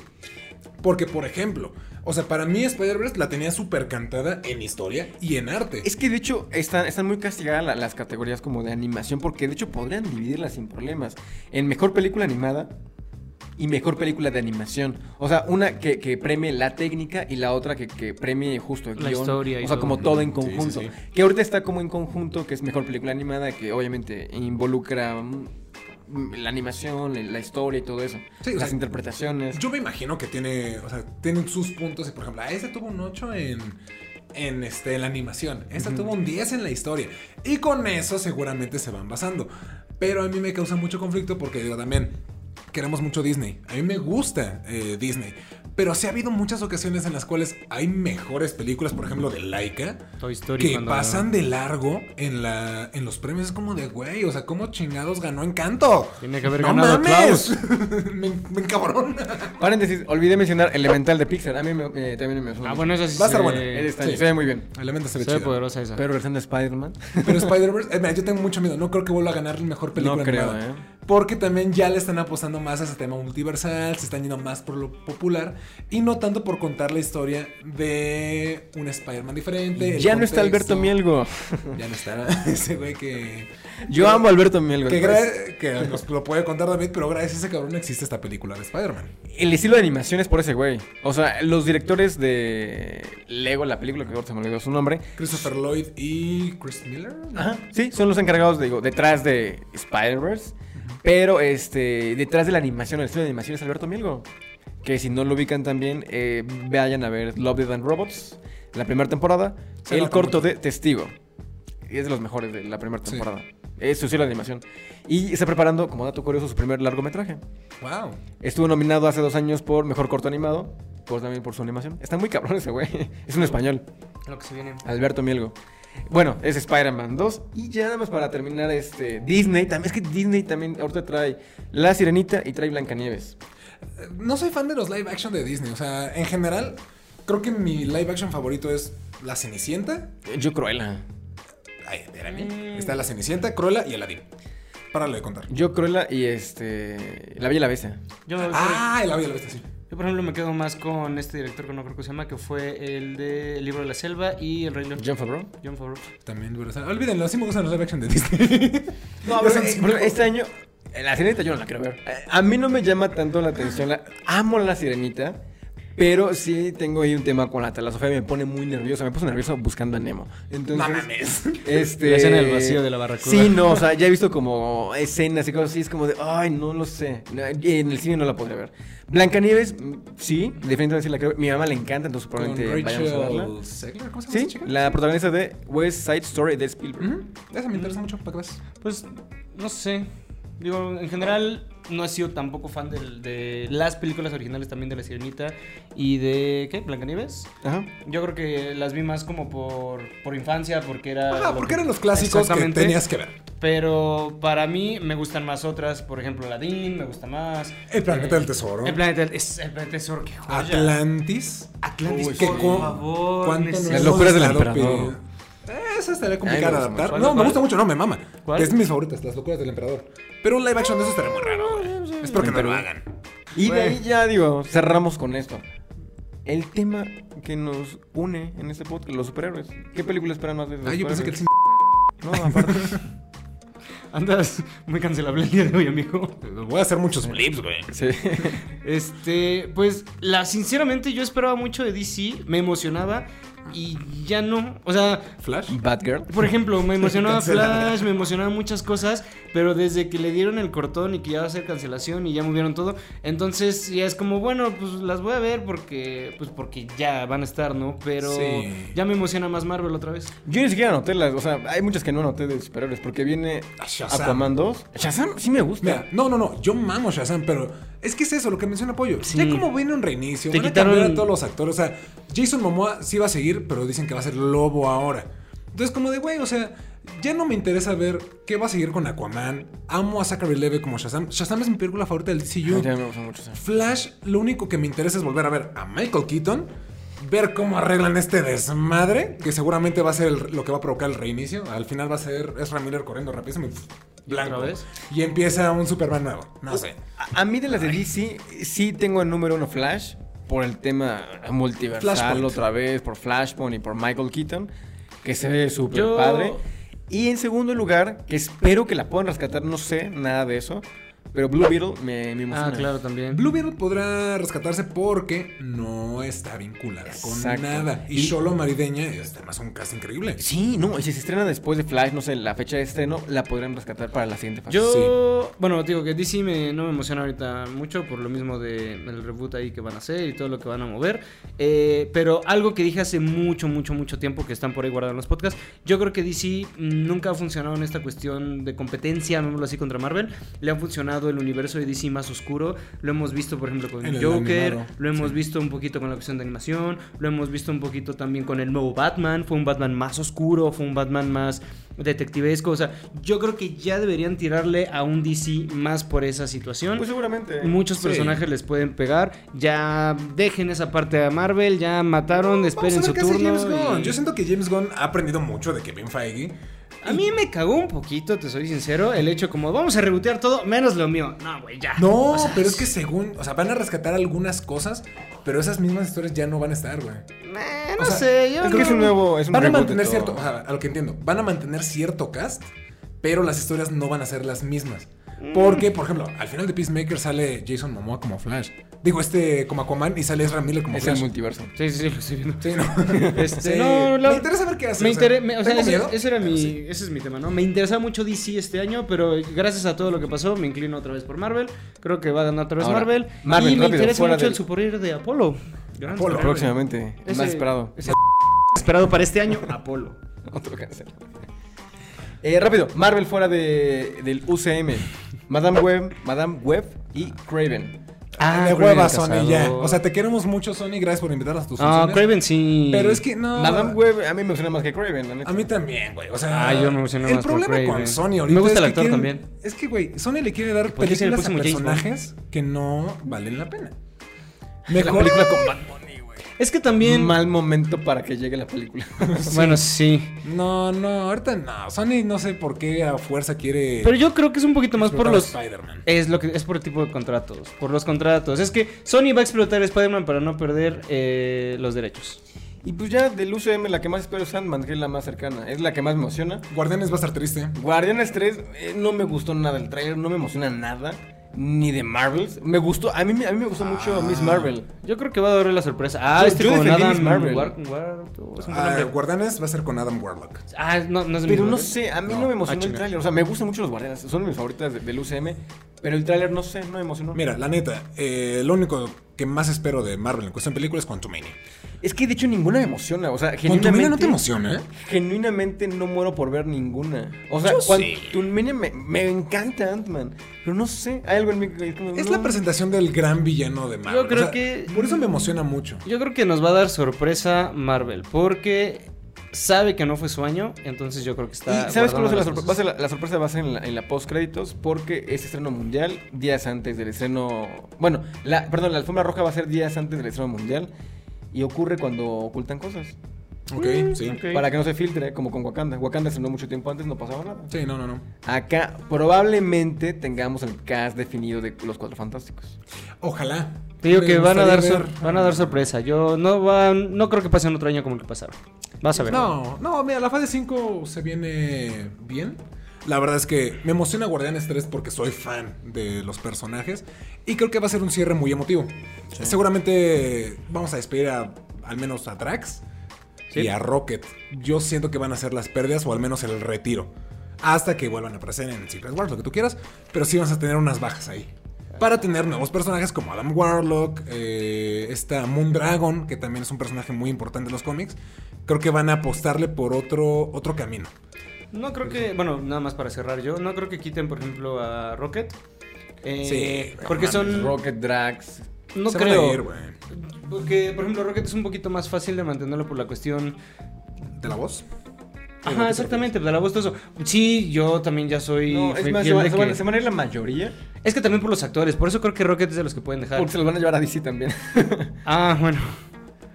A: Porque, por ejemplo, o sea, para mí Spider-Verse la tenía súper cantada en historia y en arte.
C: Es que de hecho están, están muy castigadas la- las categorías como de animación porque de hecho podrían dividirlas sin problemas en mejor película animada y mejor película de animación. O sea, una que, que premie la técnica y la otra que, que premie justo el
B: La
C: guión.
B: historia y
C: o sea,
B: todo.
C: como todo
A: Sí,
C: en
A: sí,
C: conjunto.
A: sí.
C: Que ahorita está como en conjunto, que es mejor película animada, que obviamente involucra mm, mm, la animación, la, la historia y todo eso.
A: Sí, o
C: Las
A: sea,
C: interpretaciones.
A: Yo me imagino que tiene, o sea, tienen sus puntos. Y por ejemplo, a este tuvo un 8 en, en, este, en la animación. Esta tuvo un 10 en la historia. Y con eso seguramente se van basando. Pero a mí me causa mucho conflicto porque digo también, queremos mucho Disney. A mí me gusta eh, Disney. Pero sí ha habido muchas ocasiones en las cuales hay mejores películas, por ejemplo, de Laika.
B: Toy Story.
A: Que
B: cuando-
A: pasan de largo en, la, en los premios. Es como de, güey, o sea, ¿cómo chingados ganó Encanto?
B: Tiene que haber ganado Klaus.
A: me, me encabrona.
C: Paréntesis, olvidé mencionar Elemental de Pixar. A mí me- eh, también me gustó.
B: Ah, bueno, esa sí
A: Va a estar
B: se-
A: buena.
C: Él está-
A: Sí.
C: Se ve muy bien.
A: Elemento se ve
B: Se ve
A: chida.
B: poderosa esa.
C: Pero regresando a Spider-Man.
A: Pero Spider-Verse, eh, mira, yo tengo mucho miedo. No creo que vuelva a ganar la mejor película.
C: No creo,
A: animada.
C: ¿eh?
A: Porque también ya le están apostando más a ese tema multiversal, se están yendo más por lo popular y no tanto por contar la historia de un Spider-Man diferente. el
C: Ya no está
A: contexto.
C: Alberto Mielgo.
A: Ya no está ese güey que.
C: Yo
A: que-
C: amo a Alberto Mielgo.
A: Que,
C: entonces.
A: gra- que nos lo puede contar David, pero gracias a ese cabrón existe esta película de Spider-Man.
C: El estilo de animación es por ese güey. O sea, los directores de Lego, la película que ahorita se me olvidó su nombre.
A: Christopher Lloyd y Chris Miller.
C: Ajá. Sí, son los encargados, digo, detrás de Spider-Verse. Pero este, detrás de la animación, el estilo de animación es Alberto Mielgo. Que si no lo ubican también, eh, vayan a ver Love, Death and Robots, la primera temporada.
A: Se
C: el
A: nota
C: corto
A: mucho.
C: de Testigo. Y es de los mejores de la primera
A: Sí.
C: temporada. Es su estilo de animación. Y está preparando, como dato curioso, su primer largometraje.
A: Wow.
C: Estuvo nominado hace dos años por Mejor Corto Animado, por también por su animación. Está muy cabrón ese güey. Es un español,
B: Lo que se viene.
C: Alberto Mielgo. Bueno, es Spider-Man 2. Y ya nada más para terminar, este Disney. También, es que Disney también ahorita trae La Sirenita y trae Blancanieves.
A: No soy fan de los live action de Disney. O sea, en general, creo que mi live action favorito es La Cenicienta.
C: Eh, Yo Cruella.
A: Ay, espérame. Está La Cenicienta, Cruella y Aladdin. Párale de contar.
C: Yo Cruella y este La Bella y la Bestia.
B: Yo,
A: Ah, el audio lo viste así.
B: yo, por ejemplo, me quedo más con este director que no creo que se llama, que fue el de El libro de la selva y El Rey León.
C: John Favreau.
B: John Favreau.
A: También, pero, o sea, olvídenlo, así me gustan los live action de Disney.
C: No,
A: pero-
C: este año eh, La Sirenita yo no la quiero ver. Eh, A mí no me llama tanto la atención. la- amo La Sirenita. Pero sí tengo ahí un tema con la talasofía. Me pone muy nervioso. Me puso nervioso buscando a Nemo. Entonces,
A: no mames.
C: Este,
B: La escena del vacío de la barracuda.
C: Sí, no, o sea, ya he visto como escenas y cosas así, es como de, ay, no lo sé. No, En el cine no la podré ver. Blancanieves, mm, sí, definitivamente sí la creo. Mi mamá le encanta, entonces
A: Con
C: probablemente vayamos a verla.
A: Rachel Segler, ¿cómo se llama
C: Sí,
A: esa chica?
C: la protagonista de West Side Story de Spielberg.
A: Ujú, Esa me interesa mucho, para que veas.
B: Pues, no sé. Digo, en general, no he sido tampoco fan del- de las películas originales también de La Sirenita y de. ¿Qué? ¿Blancanieves?
C: Ajá.
B: Yo creo que las vi más como por, por infancia, porque era.
A: Ajá,
B: lo
A: porque
B: que-
A: eran los clásicos que
B: Exactamente.
A: tenías que ver.
B: Pero para mí me gustan más otras. Por ejemplo, Aladdin me gusta más.
A: El planeta
B: Eh,
A: del tesoro.
B: El planeta del es- el planeta del tesoro. Qué joya.
A: Atlantis.
B: Atlantis,
C: Uy,
A: Que
C: sí.
B: por
A: cu-
B: favor.
A: ¿cuánto
B: necesito-
A: nos
C: Las locuras del
A: hemos estado
C: emperador.
A: pidiendo? Eh, Esa estaría
C: A mí
A: complicada
C: me
A: de
C: gusta
A: adaptar.
B: mucho.
A: No, me
B: ¿Cuál?
A: gusta mucho, no, me mama.
B: ¿Cuál?
A: Es de mis favoritas, las locuras del emperador. Pero un live action de eso estaría muy raro, güey. Espero que no lo hagan.
C: Y de
B: Bueno.
C: ahí ya, digo, cerramos con esto. El tema que nos une en este podcast, los superhéroes. ¿Qué película esperan más de los
A: Ah, yo pensé que el
C: superhéroes?
A: cine.
C: No, aparte.
B: Andas muy cancelable el día de hoy, amigo.
A: Voy a hacer muchos blips, güey.
C: sí.
B: Este, pues, la sinceramente yo esperaba mucho de DC, me emocionaba y ya no. O sea,
A: Flash.
C: Batgirl.
B: por ejemplo, me emocionaba
A: Cancelada.
B: Flash, me emocionaban muchas cosas, pero desde que le dieron el cortón y que ya va a ser cancelación y ya movieron todo, entonces ya es como, bueno, pues las voy a ver porque pues porque ya van a estar, ¿no? Pero
A: Sí.
B: ya me emociona más Marvel otra vez.
C: Yo ni siquiera anoté las, o sea, hay muchas que no anoté de superhéroes porque viene
A: Ah, Shazam.
C: Aquaman 2. Shazam sí me gusta.
A: Mira, no, no, no, yo mamo Shazam, pero es que es eso lo que menciona Pollo.
B: Sí.
A: Ya como viene un reinicio,
B: Te
A: van a
B: quitaron-
A: cambiar a todos los actores. O sea, Jason Momoa sí va a seguir, pero dicen que va a ser lobo ahora. Entonces, como de güey, o sea, ya no me interesa ver qué va a seguir con Aquaman. Amo a Zachary Levy como Shazam. Shazam es mi película favorita del
C: A
A: DCU.
C: mí también me gusta mucho. Shazam.
A: Flash, lo único que me interesa es volver a ver a Michael Keaton, ver cómo arreglan este desmadre, que seguramente va a ser el- lo que va a provocar el reinicio. Al final va a ser Ezra Miller corriendo rapidísimo y pf, blanco.
B: otra vez?
A: Y empieza un Superman nuevo. No sé.
C: A, a mí de las de DC sí tengo el número uno Flash por el tema multiversal
A: Flashpoint.
C: otra vez, por Flashpoint y por Michael Keaton, que se ve súper
B: Yo-
C: padre. Y en segundo lugar, que espero que la puedan rescatar, no sé nada de eso, Pero Blue Beetle me, me emociona.
B: Ah, claro, también.
A: Blue Beetle podrá rescatarse porque no está vinculada con
C: Exacto.
A: nada. Y,
C: Y-
A: Solo Marideña es además un caso increíble.
C: Sí, no, y si se estrena después de Flash, no sé, la fecha de estreno, la podrán rescatar para la siguiente fase.
B: Yo, bueno, digo que DC me- no me emociona ahorita mucho por lo mismo de el reboot ahí que van a hacer y todo lo que van a mover. Eh, pero algo que dije hace mucho, mucho, mucho tiempo que están por ahí guardados en los podcasts, yo creo que DC nunca ha funcionado en esta cuestión de competencia, llamémoslo así, contra Marvel. Le han funcionado el universo de DC más oscuro. Lo hemos visto, por ejemplo, con
A: En el
B: Joker.
A: animado,
B: Lo hemos
A: sí.
B: visto un poquito con la cuestión de animación. Lo hemos visto un poquito también con el nuevo Batman. Fue un Batman más oscuro, fue un Batman más detectivesco. O sea, yo creo que ya deberían tirarle a un DC más por esa situación.
C: Pues seguramente.
B: Muchos
A: eh, sí.
B: personajes les pueden pegar. Ya dejen esa parte a Marvel. Ya mataron.
A: Vamos a
B: esperen
A: ver
B: su
A: qué hace
B: turno.
A: James Gunn.
B: y-
A: Yo siento que James Gunn ha aprendido mucho de Kevin Feige.
B: A mí me cagó un poquito, te soy sincero. El hecho como vamos a rebotear todo menos lo mío. No, güey, ya.
A: No,
B: Ah, O sea, eh,
A: pero es que según, o sea, van a rescatar algunas cosas, pero esas mismas historias ya no van a estar, güey.
B: eh, no
A: o sea,
B: sé. Yo
C: Es que es
B: no-
C: un nuevo. Es un
A: Van a
C: reboot de
A: mantener
C: todo.
A: cierto, o sea, a lo que entiendo, van a mantener cierto cast, pero las historias no van a ser las mismas. Porque, por ejemplo, al final de Peacemaker sale Jason Momoa como Flash. Digo, este como Aquaman y sale Ezra Miller como
C: Es el
A: Flash.
C: multiverso.
B: Sí, sí, sí, lo estoy viendo.
A: Sí, no. Sí.
B: Este, no, la-
A: Me interesa ver qué hace.
B: me
A: o sea,
B: interesa, o sea,
A: tengo
B: ese,
A: miedo,
B: ese era
A: pero
B: mi,
A: sí.
B: ese es mi tema, ¿no? Me interesa mucho DC este año, pero gracias a todo lo que pasó, me inclino otra vez por Marvel. Creo que va a ganar otra vez
C: Ahora,
B: Marvel.
C: Marvel,
B: Y me
C: rápido,
B: interesa
C: fuera
B: mucho el
C: del-
B: superhéroe de Apolo. Gran
A: Apolo.
B: superhéroe.
C: Próximamente. el
B: Ese-
C: más esperado.
B: ese esperado para este año, Apolo.
C: Otro cáncer. Eh, rápido. Marvel fuera de, del UCM. Madame Web, Madame Web y Craven.
A: Ah, de
B: Craven
A: hueva,
B: el
A: Sony,
B: Cazador.
A: ya. O sea, te queremos mucho, Sony. Gracias por invitarnos a
C: Pues
A: tus
B: Ah,
A: funciones.
B: Craven sí.
A: Pero es que no.
C: Madame Web, a mí me emociona más que Craven, la neta.
A: A mí también, güey. O sea,
B: Ah, yo me emocioné
A: el
B: más por
A: problema con
B: Craven.
A: Sony ahorita.
B: Me
A: es
B: gusta el
A: que
B: actor
A: quieren-
B: también.
A: Es que, güey, Sony le quiere dar
B: ¿Por qué se
A: películas a
B: le puso como James
A: personajes que no valen la pena. Mejor ¡Ah!
C: película
A: con
B: Es que también.
C: Mal momento para que llegue la película.
B: Bueno, sí.
A: No, no, ahorita no. Sony no sé por qué a fuerza quiere.
B: Pero yo creo que es un poquito más por
A: explotar a
B: los
A: Spider-Man.
B: Es lo que es por el tipo de contratos, por los contratos. Es que Sony va a explotar a Spider-Man para no perder eh, los derechos.
C: y pues ya del UCM la que más espero es Sandman, que es la más cercana. Es la que más me emociona.
A: Guardianes va a estar triste.
C: Guardianes 3 eh, no me gustó nada el trailer, no me emociona nada. Ni de Marvels. Me gustó, a mí, me- a mí me gustó mucho
A: Ah.
C: Miss Marvel.
B: Yo creo que va a durar la sorpresa. Ah,
C: Yo-
B: este
C: yo
B: con
C: defendí
B: Adam
C: Miss Marvel.
B: War- War- es un buen
A: Ah,
B: nombre.
A: Guardianes va a ser con Adam Warlock.
B: Ah, no, no es el
C: Pero
B: mismo,
C: no
B: ¿eh?
C: sé, a mí no,
A: No,
C: me
B: ah,
C: emocionó el
B: chinga.
C: tráiler. O sea, me gustan mucho los guardianes, son mis favoritas de- del UCM. Pero el tráiler no sé, no me emocionó.
A: Mira, la neta, eh, lo único que más espero de Marvel en cuestión de películas es Quantumania.
C: Es que de hecho ninguna me emociona. O sea, genuinamente.
A: Quantumania no te emociona, ¿eh?
C: Genuinamente no muero por ver ninguna. O sea,
A: Yo
C: cuando
A: sí.
C: tu mini me, me encanta Ant-Man. Pero no sé, hay algo en mí que es como,
A: Es
C: no.
A: la presentación del gran villano de Marvel.
B: Yo creo
A: o sea,
B: que-
A: Por eso me emociona mucho.
B: Yo creo que nos va a dar sorpresa Marvel, porque sabe que no fue su año, entonces yo creo que está.
C: ¿Y sabes cuál va
B: guardando
C: a ser la
B: las
C: sorpresa? Va a
B: cosas.
C: ser la, la sorpresa va a ser en la, en la post-créditos porque es estreno mundial días antes del estreno... Bueno, la, perdón, la alfombra roja va a ser días antes del estreno mundial y ocurre cuando ocultan cosas.
A: Ok, sí.
B: ok.
C: Para que no se filtre, como con Wakanda. Wakanda estrenó mucho tiempo antes, no pasaba nada.
A: Sí, no, no, no.
C: Acá probablemente tengamos el cast definido de los Cuatro Fantásticos.
A: Ojalá.
B: Te digo
A: Me
B: que van a dar
A: gustaría
B: sor-
A: ver-
B: van a dar sorpresa. Yo no van, no creo que pasen otro año como el que pasaron. Vas a ver.
A: No, no, mira, la fase 5 se viene bien. La verdad es que me emociona Guardianes 3 porque soy fan de los personajes y creo que va a ser un cierre muy emotivo. Seguramente vamos a despedir a, al menos a Drax
B: Sí.
A: y a Rocket. Yo siento que van a ser las pérdidas o al menos el retiro. Hasta que vuelvan a aparecer en Secret Wars, lo que tú quieras. Pero sí vas a tener unas bajas ahí. Para tener nuevos personajes como Adam Warlock, eh, esta Moondragon, que también es un personaje muy importante en los cómics. Creo que van a apostarle por otro, otro camino.
B: No creo que, bueno, nada más para cerrar yo, no creo que quiten, por ejemplo, a Rocket. Eh,
A: Sí,
B: porque
A: no
B: son...
C: Rocket, Drax...
B: no
A: Se van a
B: creo.
A: ir, güey.
B: porque, por ejemplo, Rocket es un poquito más fácil de mantenerlo por la cuestión...
A: ¿De la voz?
B: Ajá, exactamente, de la voz, todo eso. Sí, yo también ya soy...
C: No,
B: fui
C: es más, se,
B: fiel
C: va-
B: de
C: se van,
B: que-
C: se van a ir la mayoría
B: Es que también por los actores, por eso creo que Rocket es de los que pueden dejar.
C: porque se los van a llevar a DC también.
B: Ah, bueno.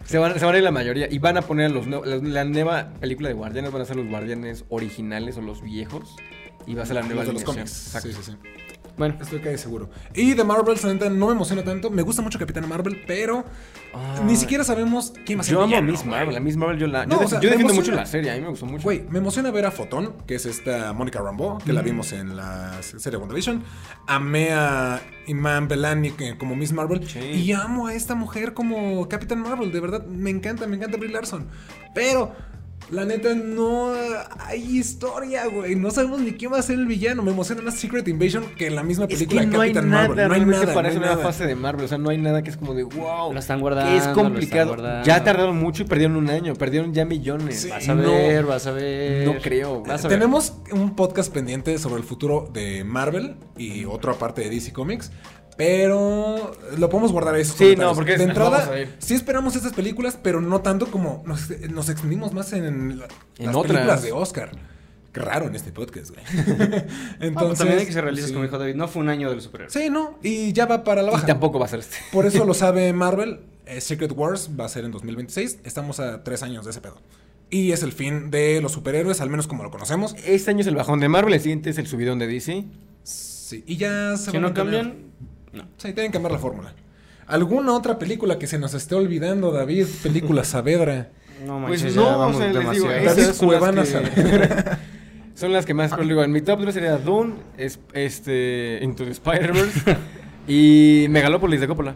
C: Se van, se van a ir la mayoría y van a poner los, nue- los- la nueva película de Guardianes, van a ser los Guardianes originales o los viejos y va a ser la nueva
A: Los de los
C: alineación.
A: cómics.
C: Exacto.
A: Sí, sí, sí.
B: Bueno,
A: Estoy casi seguro. Y de Marvel, la neta, no me emociona tanto. Me gusta mucho Capitana Marvel, pero ni siquiera sabemos quién va a ser
C: Ah, Yo amo a
A: villano,
C: Miss
A: güey.
C: Marvel. A Miss Marvel yo la.
A: No,
C: yo, de-
A: o sea,
C: yo
A: me
C: defiendo mucho
A: emociona.
C: la serie. A mí me gustó mucho.
A: Güey, me emociona ver a Fotón, que es esta Mónica Rambeau, que la vimos en la serie WandaVision. Amé a Iman Belani que- como Miss Marvel.
C: Sí.
A: Y amo a esta mujer como Capitán Marvel. De verdad, me encanta, me encanta Brie Larson. Pero, la neta, no hay historia, güey. No sabemos ni quién va a ser el villano. Me emociona más Secret Invasion que la misma
C: Es que
A: película de
C: no hay
A: Capitán
C: nada
A: Marvel. No hay
C: realmente
A: nada.
C: para
A: no
C: esa
A: hay
C: nueva
A: nada.
C: fase de Marvel. O sea, no hay nada que es como de wow.
B: Lo están guardando,
C: Es
B: lo
C: complicado.
B: están guardando.
C: Ya tardaron mucho y perdieron un año. Perdieron ya millones.
A: Sí.
B: vas a
A: no.
B: ver, vas a ver.
C: No creo, güey.
B: Vas a ver.
A: Tenemos un podcast pendiente sobre el futuro de Marvel y otro aparte de DC Comics. Pero lo podemos guardar eso.
C: Sí, no, porque
A: de
C: es- vamos
A: entrada
C: a ver.
A: sí esperamos estas películas, pero no tanto como nos, nos extendimos más en, la-
C: En
A: las
C: otras.
A: películas de Oscar. Qué raro en este podcast, güey.
B: Ah, pues
A: Entonces,
B: también hay que ser realistas,
A: sí.
B: como dijo David. No fue un año del superhéroe.
A: Sí, no, y ya va para la
C: Y
A: baja.
C: tampoco va a ser este.
A: Por eso lo sabe Marvel. eh, Secret Wars va a ser en 2026. Estamos a tres años de ese pedo. Y es el fin de los superhéroes, al menos como lo conocemos.
C: Este año es el bajón de Marvel. El siguiente es el subidón de DC.
A: Sí, y ya se
B: Si
A: van a tener-
B: no cambian, no.
A: Sí, tienen que cambiar la fórmula. ¿Alguna otra película que se nos esté olvidando, David? Película Saavedra.
B: No
C: Pues
B: manches,
C: no,
B: ya
C: o
B: vamos
C: sea, les digo,
B: demasiado.
C: Esas
A: David
C: son las
A: Cuevana
C: que-
A: Saavedra.
C: Son las que más pero digo, En mi top 3 sería Dune, es, este, Into the Spider-Verse y Megalopolis de Coppola.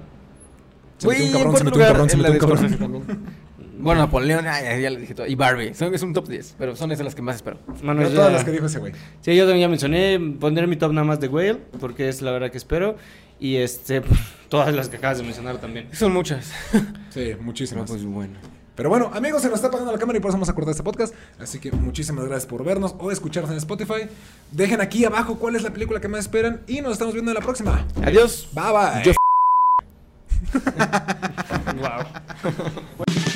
A: Se metió un cabrón,
C: en
A: se
C: cuarto
A: metió un
C: lugar,
A: cabrón, se
C: en la
A: metió un
C: de
A: cabrón.
C: Scorsese también. Bueno, Napoleón, ay, ay, ya le dije todo. Y Barbie. Son- es un top 10, pero son esas las que más espero.
B: Bueno,
A: No
B: ya-
A: todas las que dijo ese güey.
B: Sí, yo también ya mencioné poner mi top nada más de Whale, porque es la verdad que espero. Y este, todas las que acabas de mencionar también.
C: Son muchas.
A: Sí,
C: Pero
A: muchísimas.
C: pues bueno.
A: Pero bueno, amigos, se nos está apagando la cámara y por eso vamos a cortar este podcast. Así que muchísimas gracias por vernos o escucharnos en Spotify. Dejen aquí abajo cuál es la película que más esperan y nos estamos viendo en la próxima.
C: Adiós.
A: Bye bye.
C: Yo-
B: Wow.